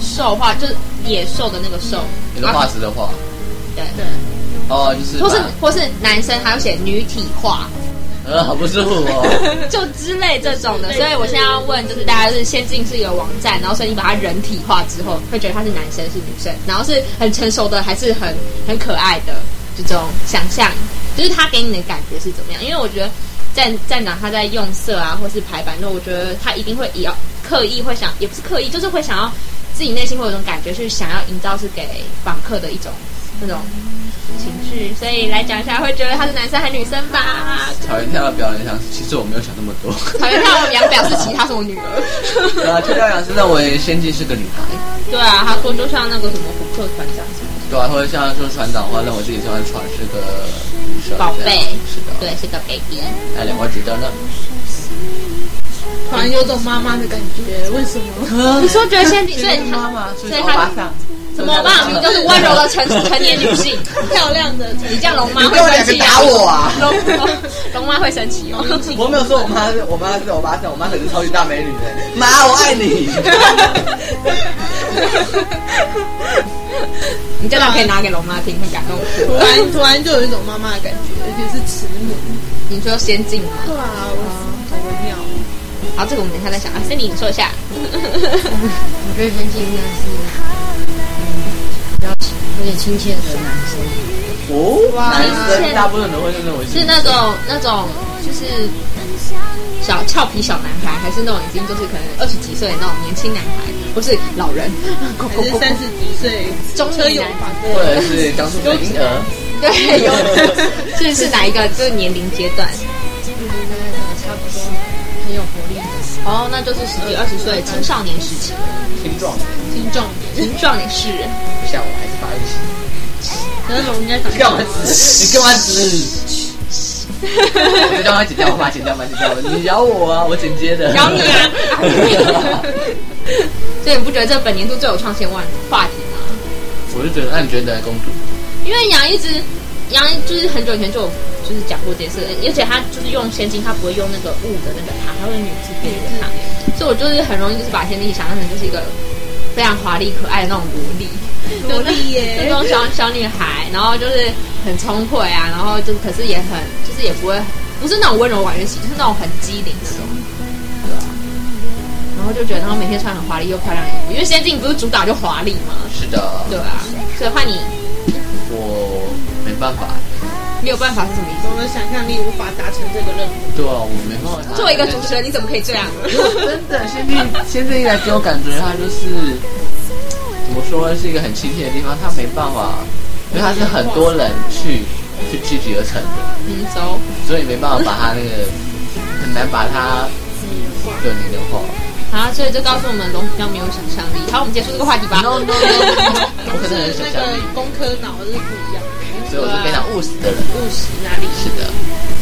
Speaker 3: 兽化，就是野兽的那个兽，
Speaker 4: 你
Speaker 3: 然
Speaker 4: 的
Speaker 3: 后
Speaker 4: 画质的话，
Speaker 3: 对
Speaker 4: 哦，就是
Speaker 3: 或啊是
Speaker 4: 把
Speaker 3: 或是男生还有写女体化，
Speaker 4: 呃，好不舒服 哦。
Speaker 3: 就之类这种的。所以我现在要问，就是大家是先进是一个网站，然后所以你把它人体化之后，会觉得他是男生是女生，然后是很成熟的还是很很可爱的这种想象，就是他给你的感觉是怎么样？因为我觉得站站长他在用色啊，或是排版，那我觉得他一定会也要刻意会想，也不是刻意，就是会想要自己内心会有一种感觉，是想要营造是给访客的一种那种。情绪，所以来讲一下，会觉得他是男生还是女生吧？
Speaker 4: 草原跳的表演上，其实我没有想那么 多。
Speaker 3: 讨厌看我娘表示其他是我女儿。
Speaker 4: 对啊，跳跳羊是认为仙境是个女孩，
Speaker 3: 对啊，他说就像那个什么虎克船长什么
Speaker 4: 对啊，或者像说船长的话，认为自己喜欢船是个女生
Speaker 3: 宝贝
Speaker 4: 是的，
Speaker 3: 的，对，是个 baby。
Speaker 4: 那哎两位觉得呢？
Speaker 10: 突然有种妈妈的感觉，为什么？
Speaker 3: 你说觉得现在，所以他
Speaker 4: 妈，所
Speaker 3: 以是欧巴
Speaker 4: 上，
Speaker 3: 怎么办？你就是温柔的成成年女 性，
Speaker 10: 漂亮的，
Speaker 3: 你这样龙妈
Speaker 4: 你
Speaker 3: 会
Speaker 4: 给我两个
Speaker 3: 生气啊
Speaker 4: 打我啊！
Speaker 3: 龙龙龙妈会生气哦。
Speaker 4: 我没有说我妈，我妈是欧巴桑，我妈可是超级大美女的。妈，我爱你。
Speaker 19: 你这段可以拿给龙妈听，会感动
Speaker 10: 突
Speaker 3: 啊
Speaker 10: 然突然就有一种妈妈的感觉，而且是慈母。
Speaker 3: 你说仙境吗？
Speaker 10: 对啊，我好微妙。
Speaker 3: 好，这个我们等一下再想。啊，森 林，你说一下。
Speaker 20: 我觉得仙境应该是嗯比较有点亲切的男生，
Speaker 4: 哦，
Speaker 10: 哇
Speaker 4: 男生大部分都会认为我
Speaker 3: 是那种那种就是小俏皮小男孩，还是那种已经就是可能二十几岁的那种年轻男孩，不是老人，
Speaker 10: 还是三十几岁
Speaker 3: 中
Speaker 10: 车
Speaker 3: 年
Speaker 10: 友
Speaker 3: 男
Speaker 10: 吧？
Speaker 4: 或者是刚出生的婴儿，
Speaker 3: 对，有是是哪一个？就是年龄阶段。
Speaker 20: 差不多很有活力的。
Speaker 3: 哦，那就是十几二十岁青少年时期，
Speaker 4: 青壮，
Speaker 10: 青壮
Speaker 3: 青壮年是人。
Speaker 4: 不像我还是发育期。
Speaker 10: 可是龙应该长
Speaker 4: 你干嘛指？你干嘛指？这段会剪掉，我把它剪掉，把它剪掉。你咬我啊，我剪接的。
Speaker 3: 咬你 啊！ 所以你不觉得这本年度最有创新万话题吗？
Speaker 4: 我就觉得，那你觉得公主？
Speaker 3: 因为杨一直杨一就是很久以前就有就是讲过这件事，而且他就是用现金，他不会用那个物的那个他，他会用女字边那个他，所以我就是很容易就是把仙境想象成就是一个非常华丽可爱的那种萝莉，
Speaker 10: 萝莉耶
Speaker 3: 就那种小小女孩，然后就是很聪慧啊，然后就可是也很就是也不会不是那种温柔婉约型，就是那种很机灵那种，对啊。然后就觉得，然后每天穿很华丽又漂亮的衣服，因为仙境不是主打就华丽嘛，
Speaker 4: 是的，
Speaker 3: 对啊，所以换你
Speaker 4: 我没办法。
Speaker 3: 没有办法是什么意思？
Speaker 10: 我们想象力无法达成这个任务。
Speaker 4: 对啊，我没办法。
Speaker 3: 作为一个主持人，你怎么可以这样？
Speaker 4: 真的，仙境仙境一来给我感觉他就是怎么说呢，是一个很亲切的地方，他没办法，因为他是很多人去去聚集而成的，
Speaker 3: 嗯，走，
Speaker 4: 所以没办法把他那个很难把他对你的话。
Speaker 3: 好，所以就告诉我们龙比较没有想象力。好，我们结束这个话题吧。
Speaker 4: No no no，我可能很
Speaker 10: 那
Speaker 4: 想象
Speaker 10: 个
Speaker 4: 力，
Speaker 10: 工科脑是不一样的，
Speaker 4: 所以我是非常务实的人。
Speaker 10: 务实哪里
Speaker 4: 是的，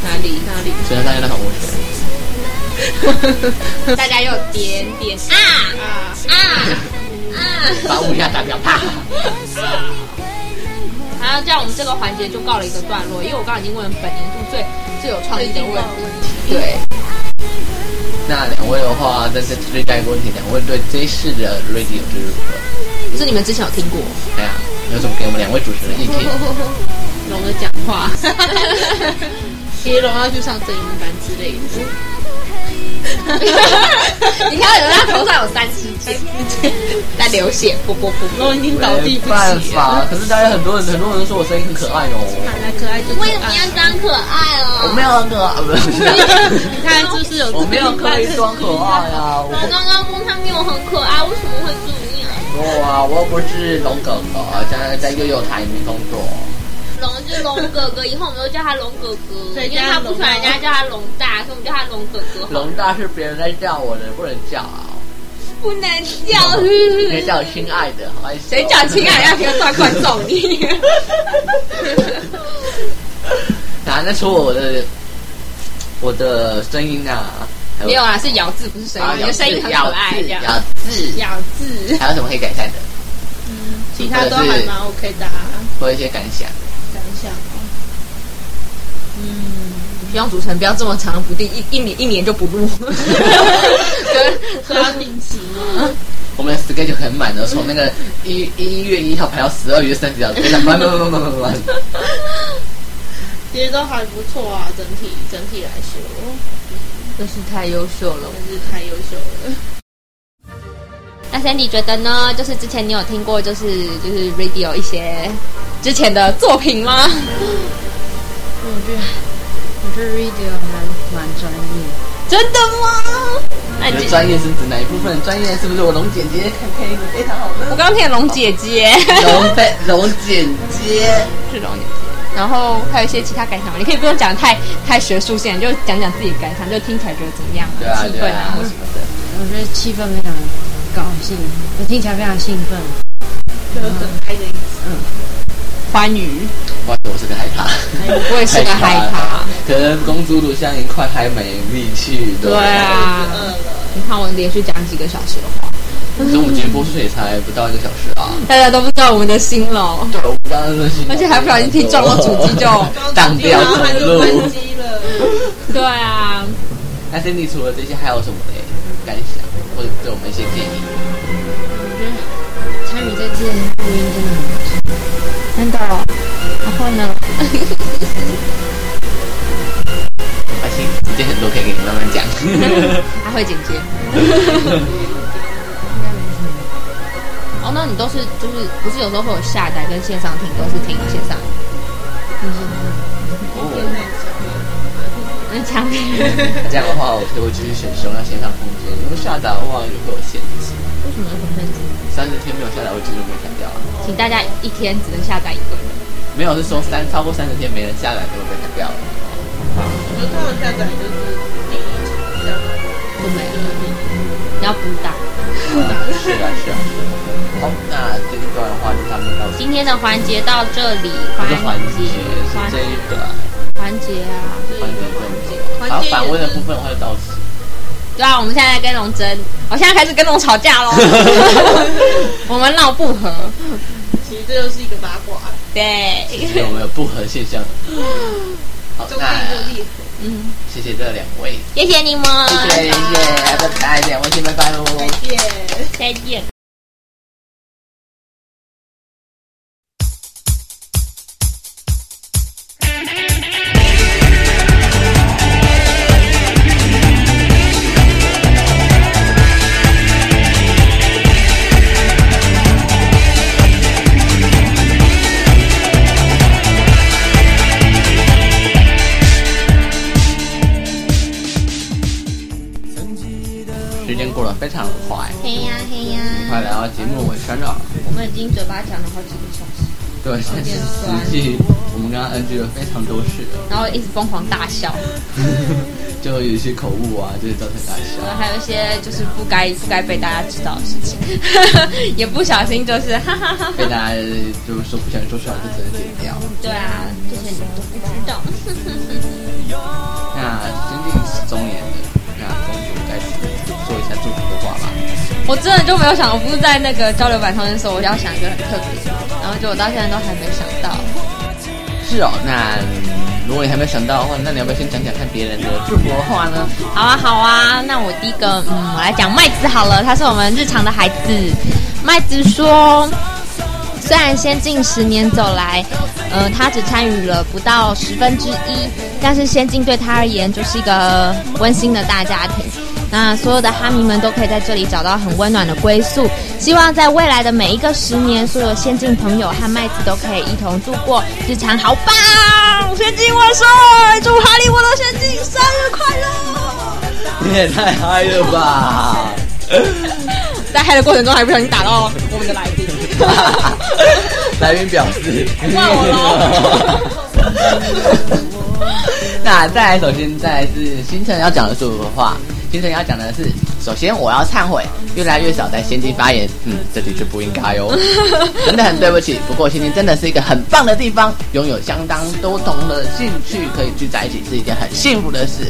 Speaker 3: 哪里哪里？
Speaker 4: 所以大家都很务实。
Speaker 3: 大家又点点 啊
Speaker 10: 啊？
Speaker 3: 啊啊！
Speaker 4: 把五下打掉，啪！
Speaker 3: 好，这样我们这个环节就告了一个段落，因为我刚刚已经问了本年度最最有创意的问题。对，
Speaker 4: 那两位的话，在这最下一个问题，两位对这一世的 radio 是如何？
Speaker 3: 就是你们之前有听过
Speaker 4: 哎呀，有什么给我们两位主持人意见？
Speaker 10: 龙的讲话， 其实龙要去上正音班之类的。
Speaker 3: 你看人家头上有三十针， 在流血，啵啵啵。
Speaker 10: 龙已经倒地
Speaker 4: 没
Speaker 10: 不
Speaker 4: 办
Speaker 10: 起啊了。
Speaker 4: 法，可是大家很多人，很多人都说我声音很可爱哦。
Speaker 10: 来可爱就可爱。
Speaker 3: 装可爱
Speaker 4: 我没有很可爱，不是，
Speaker 10: 你看，就是有
Speaker 4: 我没有刻意装可爱啊，我
Speaker 3: 刚刚说他没有很可爱，为什么会这样？
Speaker 4: 不错啊，我又不是龙哥哥，在在悠悠台里面工作。
Speaker 3: 龙是龙哥哥，以后我们都叫他龙哥哥，
Speaker 10: 所以
Speaker 3: 因为
Speaker 10: 叫他
Speaker 3: 他不喜欢人家叫他龙大，所以我们叫他龙哥哥。
Speaker 4: 龙大是别人在叫我的，不能叫啊，
Speaker 3: 不能叫，
Speaker 4: 可 以叫我亲爱的，哎好意思。
Speaker 3: 谁叫亲爱的？要啊不要抓观众你？
Speaker 4: 哪在说啊我的我的声音啊？还
Speaker 3: 没有啊，是咬字，不是声
Speaker 4: 啊
Speaker 3: 音。你的声音很可爱，这样。
Speaker 4: 咬字，咬
Speaker 10: 咬字
Speaker 4: 字，还有什么可以改善的？
Speaker 10: 其他都还蛮 OK 的、啊。
Speaker 4: 或者一些感想？
Speaker 10: 想一想哦，
Speaker 3: 不用组成，不要这么长不定，一一年一年就不录。
Speaker 10: 说要定期吗？
Speaker 4: 我们的 schedule 很满的，从那个一一月一号排到十二月三十 号，非常满满满满满满。
Speaker 10: 其实都还不错啊，整体整体来说，
Speaker 3: 真是太优秀了。
Speaker 10: 真是太优秀了。
Speaker 3: 那 Sandy 觉得呢？就是之前你有听过，就是就是 Radio 一些之前的作品吗？
Speaker 20: 我觉得我觉得 radio 蛮蛮专业的。
Speaker 3: 真的吗？那
Speaker 4: 你的
Speaker 3: 你继续
Speaker 4: 专业是指哪一部分？专业是不是我龙姐姐？看看一个非常好
Speaker 3: 我
Speaker 4: 的
Speaker 3: 刚刚听龙姐姐，
Speaker 4: 龙贝龙姐 姐，
Speaker 3: 是龙姐姐。然后还有一些其他感想嘛，你可以不用讲得太太学术性，你就讲讲自己的感想，就听起来觉得怎么样
Speaker 4: 对啊
Speaker 3: 气
Speaker 4: 对
Speaker 3: 氛
Speaker 4: 啊，
Speaker 3: 啊
Speaker 4: 或，什么的。
Speaker 20: 我觉得气氛非常高兴，我听起来非常兴奋。
Speaker 10: 就很嗨的意思。
Speaker 3: 欢愉。
Speaker 4: 不好意思，我是个害怕，
Speaker 3: 我也是个害怕。
Speaker 4: 可能公主录像已经快嗨没力气了。
Speaker 3: 对，啊，
Speaker 10: 饿了，
Speaker 3: 你看我连续讲几个小时的话，
Speaker 4: 可是我们今天播出也才不到一个小时啊。
Speaker 3: 大家都不知道我们的辛劳，
Speaker 4: 对，我不知道那东西，
Speaker 3: 嗯而且还不小心听撞到主机就，
Speaker 4: 当掉
Speaker 10: 然后他
Speaker 4: 整
Speaker 10: 就
Speaker 4: 路。
Speaker 10: 分机了。
Speaker 3: 对啊，
Speaker 4: 那 Cindy 除了这些还有什么嘞感想，或者对我们一些建议？
Speaker 20: 我觉得参与这次录音真的很不错，
Speaker 21: 哦，然后呢？
Speaker 4: 放心，时间很多，可以给你慢慢 讲。
Speaker 3: 他会剪接。 哦，那你都是就是不是有时候会有下载跟线上听，都是听线上。
Speaker 4: 哦
Speaker 3: 嗯，强人。
Speaker 4: 这样的话，我就会继续选使用那线上空间。如果下载的话，就会有限制，
Speaker 3: 为什么有什么限制？
Speaker 4: 三十天没有下载，我记录被砍掉了。
Speaker 3: 请大家一天只能下载一个。
Speaker 4: 没有，是说三超过三十天没人下载就会被砍掉了。
Speaker 14: 我觉得他们下载就是第一场这样，
Speaker 3: 就没了。你要补打。
Speaker 4: 是啊，是啊。好，那这一段的话就差不多到此。
Speaker 3: 今天的环节到这里，
Speaker 4: 这
Speaker 3: 环
Speaker 4: 个 环节
Speaker 3: 节
Speaker 4: 是这一个啊
Speaker 3: 环节啊，
Speaker 4: 环节问题，好，反问的部分的话就到此。
Speaker 3: 对啊，我们现在在跟龙争，我现在开始跟龙吵架 喽，我们闹不和，
Speaker 14: 其实这就是一个八卦，
Speaker 3: 对，
Speaker 4: 因为我们有不合现 象。好，
Speaker 14: 中立
Speaker 4: 那
Speaker 14: 就立。
Speaker 3: 嗯，
Speaker 4: 谢谢这两位，
Speaker 3: 谢谢你们，
Speaker 4: 谢谢，拜拜，两位先拜拜喽。
Speaker 14: 耶、
Speaker 3: 再见。
Speaker 4: 时间过得非常快，
Speaker 3: 嘿呀嘿呀，
Speaker 4: 快来到节目尾声了。
Speaker 3: 我们已经嘴巴讲了好几个小时，
Speaker 4: 对，但是实际我们刚刚 NG 了非常多事了，
Speaker 3: 然后一直疯狂大笑，
Speaker 4: 就有一些口误啊，就是造成大笑。
Speaker 3: 然后还有一些就是不该不该被大家知道的事情， 也不小心就是哈哈哈
Speaker 4: 被
Speaker 3: 哈。
Speaker 4: 大家就是说不想说出来，就只能剪掉。
Speaker 3: 对啊，这些你都不知道。
Speaker 4: 那将近十周年了，那公主再做一下祝福的话吧。
Speaker 3: 我真的就没有想，我不是在那个交流版上面说我要想一个很特别的，然后就我到现在都还没想到。
Speaker 4: 是哦，那嗯如果你还没有想到的话，那你要不要先讲讲看别人的祝福的话呢？
Speaker 3: 好啊，好啊，那我第一个，嗯，我来讲麦子好了，他是我们日常的孩子。麦子说，虽然先进十年走来，呃，他只参与了不到十分之一，但是先进对他而言就是一个温馨的大家庭。那所有的哈迷们都可以在这里找到很温暖的归宿。希望在未来的每一个十年，所有先进朋友和麦子都可以一同度过日常好棒！先进万岁！祝哈利波特先进生日快乐！
Speaker 4: 你也太嗨了吧！
Speaker 3: 在嗨的过程中还不小心打到我们的来宾。
Speaker 4: 来宾表示，
Speaker 3: 怪我
Speaker 4: 喽。那再来，首先再来是星辰要讲的祝福的话，星辰要讲的是，首先我要忏悔，越来越少在先进发言，嗯，这的确不应该 哦，真的很对不起。不过先进真的是一个很棒的地方，拥有相当多同的兴趣可以聚在一起，是一件很幸福的事。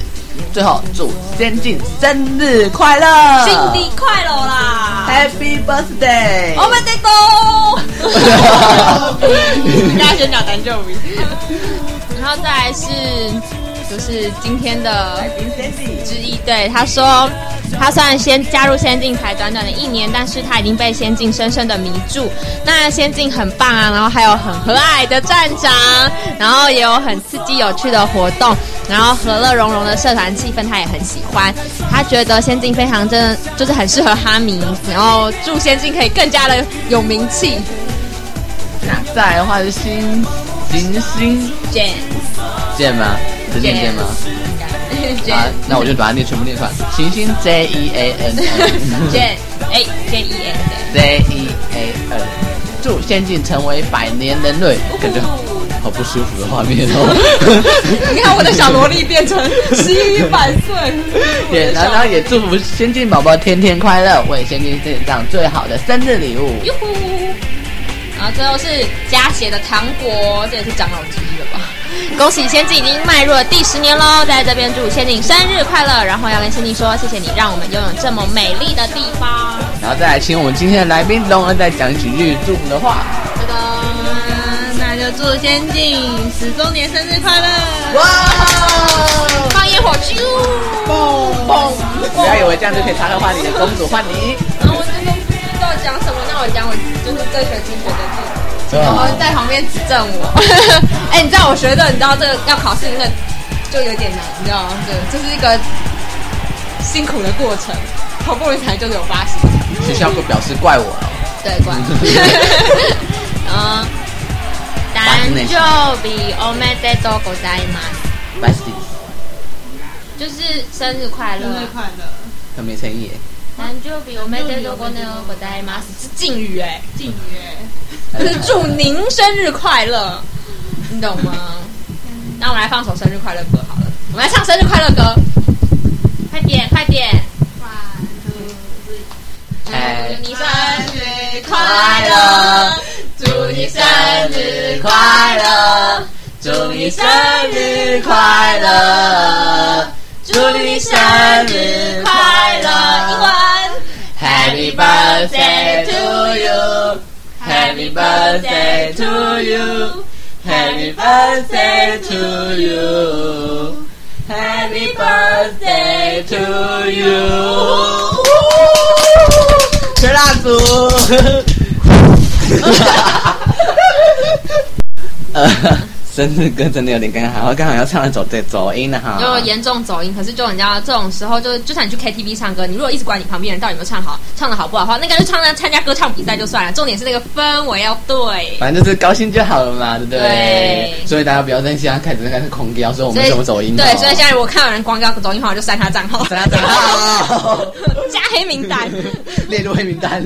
Speaker 4: 最后祝先进生日快乐，
Speaker 3: 新年快乐啦！
Speaker 4: Happy Birthday！
Speaker 3: 我们得懂。大家先讲单就名，然后再来是就是今天的之一，对他说。他虽然先加入仙境才短短的一年，但是他已经被仙境深深的迷住。那仙境很棒啊，然后还有很和蔼的站长，然后也有很刺激有趣的活动，然后和乐融融的社团气氛他也很喜欢。他觉得仙境非常真的就是很适合哈迷，然后祝仙境可以更加的有名气。
Speaker 4: 那再来的话是星行星
Speaker 3: Jane
Speaker 4: 见吗？是念见吗？啊
Speaker 3: Jane，
Speaker 4: 那我就把它念全部念出来。行星 J E A N
Speaker 3: Jane A J E N
Speaker 4: J E A N，祝仙境成为百年人类，
Speaker 3: 哦
Speaker 4: 感觉好不舒服的画面哦。
Speaker 3: 你看我的小萝莉变成十一百岁，
Speaker 4: 也然后也祝福仙境宝宝天天快乐，为仙境献上最好的生日礼物。
Speaker 3: 哟呼！然后最后是加血的糖果，这也是长老之一了吧？ 恭喜仙境已经迈入了第十年喽，在这边祝仙境生日快乐，然后要跟仙境说谢谢你让我们拥有这么美丽的地方。
Speaker 4: 然后再来请我们今天的来宾龙儿再讲几句祝福的话。
Speaker 14: 噔噔，那就祝仙境十周年生日快乐！
Speaker 4: 哇！
Speaker 3: 放烟火去！
Speaker 4: 哦不要以为这样就可以插到话题的公主换你。
Speaker 3: 然后我真的不知道讲什么，那我讲我就是这学期学的
Speaker 4: 对啊
Speaker 3: 然后在旁边指正我。哎、你知道我 学的，你知道这个要考试，那个就有点难，你知道吗？对，这是一个辛苦的过程，好不容易才就是有发现。
Speaker 4: 学校会表示怪我了，
Speaker 3: 对， 关。
Speaker 22: 呃
Speaker 3: 嗯，答
Speaker 4: 案
Speaker 3: 案
Speaker 4: 就
Speaker 3: 就比おめでとうございます，
Speaker 4: 白死你，
Speaker 22: 就是生日快乐
Speaker 10: 生日
Speaker 22: 啊。
Speaker 10: 快乐，
Speaker 4: 很没诚意耶。
Speaker 22: 答案就比我们这多过那个国代吗？
Speaker 3: 是敬语哎、
Speaker 10: 敬语哎，
Speaker 3: 就是祝您生日快乐，你懂吗？那我们来放首生日快乐歌好了，我们来唱生日快乐歌，快点快点！
Speaker 4: 哎，
Speaker 3: 你生日
Speaker 4: 快乐，祝你生日快乐，祝你生日快乐，祝你生日快乐。英文，Happy birthday to you，Happy birthday to you，Happy birthday to you，Happy birthday to you。吹蜡烛。呃，生日歌真的有点尴尬，我刚好要唱那首对走音的哈。
Speaker 3: 就严重走音，可是就人家这种时候就，就算你去 KTV 唱歌，你如果一直管你旁边人到底有没有唱好，唱的好不好的话，那个就唱那参加歌唱比赛就算了，重点是那个氛围要对。
Speaker 4: 反正就是高兴就好了嘛，对不对？
Speaker 3: 对
Speaker 4: 所以大家不要担心啊，开始那个是空调，所以我
Speaker 3: 所
Speaker 4: 们
Speaker 3: 以
Speaker 4: 怎么走音的
Speaker 3: 对
Speaker 4: 哦？，
Speaker 3: 所以现在我看有人光标走音的话，我就删他账号，
Speaker 4: 大家长好，
Speaker 3: 加黑名单。
Speaker 4: 列入黑名单。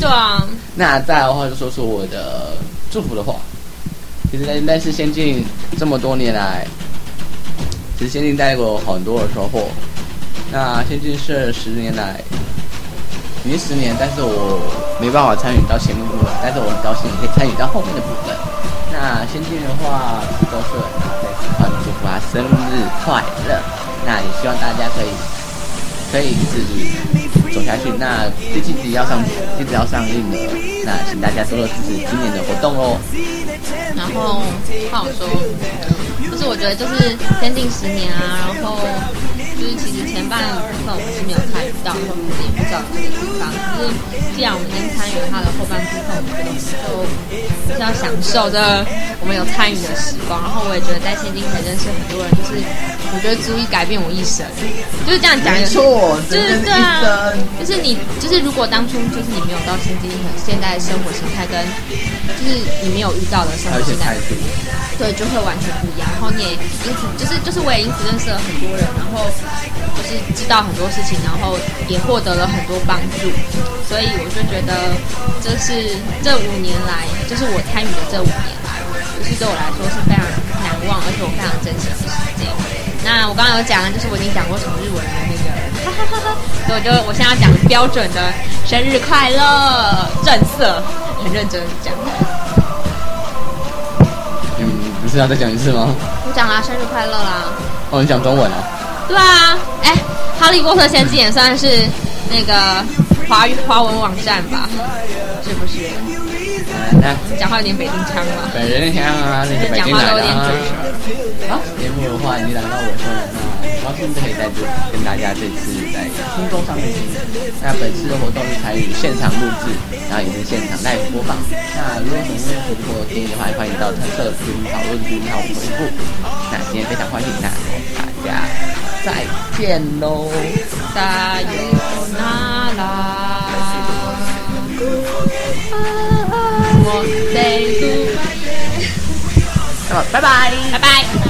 Speaker 3: 对啊，
Speaker 4: 那再来的话，就说说我的祝福的话。其实在但是仙境这么多年来，其实仙境带给我很多的收获。那仙境社十年来，已经十年，但是我没办法参与到前面部分，但是我很高兴可以参与到后面的部分。那仙境的话，都是在此帮祝福他生日快乐。那也希望大家可以可以一直走下去。那这期集要上，一直要上映了，那请大家多多支持今年的活动哦。
Speaker 3: 然后话我说，就是我觉得就是先进十年啊，然后就是其实前半部分我们是没有参与到，或者是也不知道这个地方。就是既然我们已经参与了它的后半部分，我觉得我们就是要享受这我们有参与的时光。然后我也觉得在先进才认识很多人，就是我觉得足以改变我一生，就是这样讲也是。
Speaker 4: 错，
Speaker 3: 就是对啊，就是你，就是如果当初就是你没有到现今现在的生活形态跟，就是你没有遇到的生
Speaker 4: 还有
Speaker 3: 活
Speaker 4: 一些
Speaker 3: 形态
Speaker 4: 态，度，
Speaker 3: 对，就会完全不一样。然后你也因此就是就是我也因此认识了很多人，然后就是知道很多事情，然后也获得了很多帮助。所以我就觉得，这是这五年来，就是我参与的这五年来，就是对我来说是非常难忘，而且我非常珍惜的时间。那我刚刚有讲，就是我已经讲过从日文的那个，哈哈哈哈，所以我就我现在要讲标准的生日快乐，正色，很认真地讲。
Speaker 4: 嗯，不是要再讲一次吗？
Speaker 3: 我讲啦，生日快乐啦！
Speaker 4: 哦，你讲中文啊？
Speaker 3: 对啊，哎，《哈利波特》先进也算是那个华语华文网站吧，是不是？
Speaker 4: 嗯那
Speaker 3: 讲话有点北京腔嘛，
Speaker 4: 北人香啊，那个北京来的啊。好，节目的话已经来到尾声了，那很高兴可以在这跟大家这次在空中上面见面。那本次的活动是参与现场录制，然后也是现场 live 播放。那如果有什么问题或建议的话，也欢迎到特色群讨论区和我们回复。那今天非常欢迎大家，大家再见喽！
Speaker 3: 加油那拉。我得
Speaker 4: 那么拜拜。
Speaker 3: 拜拜。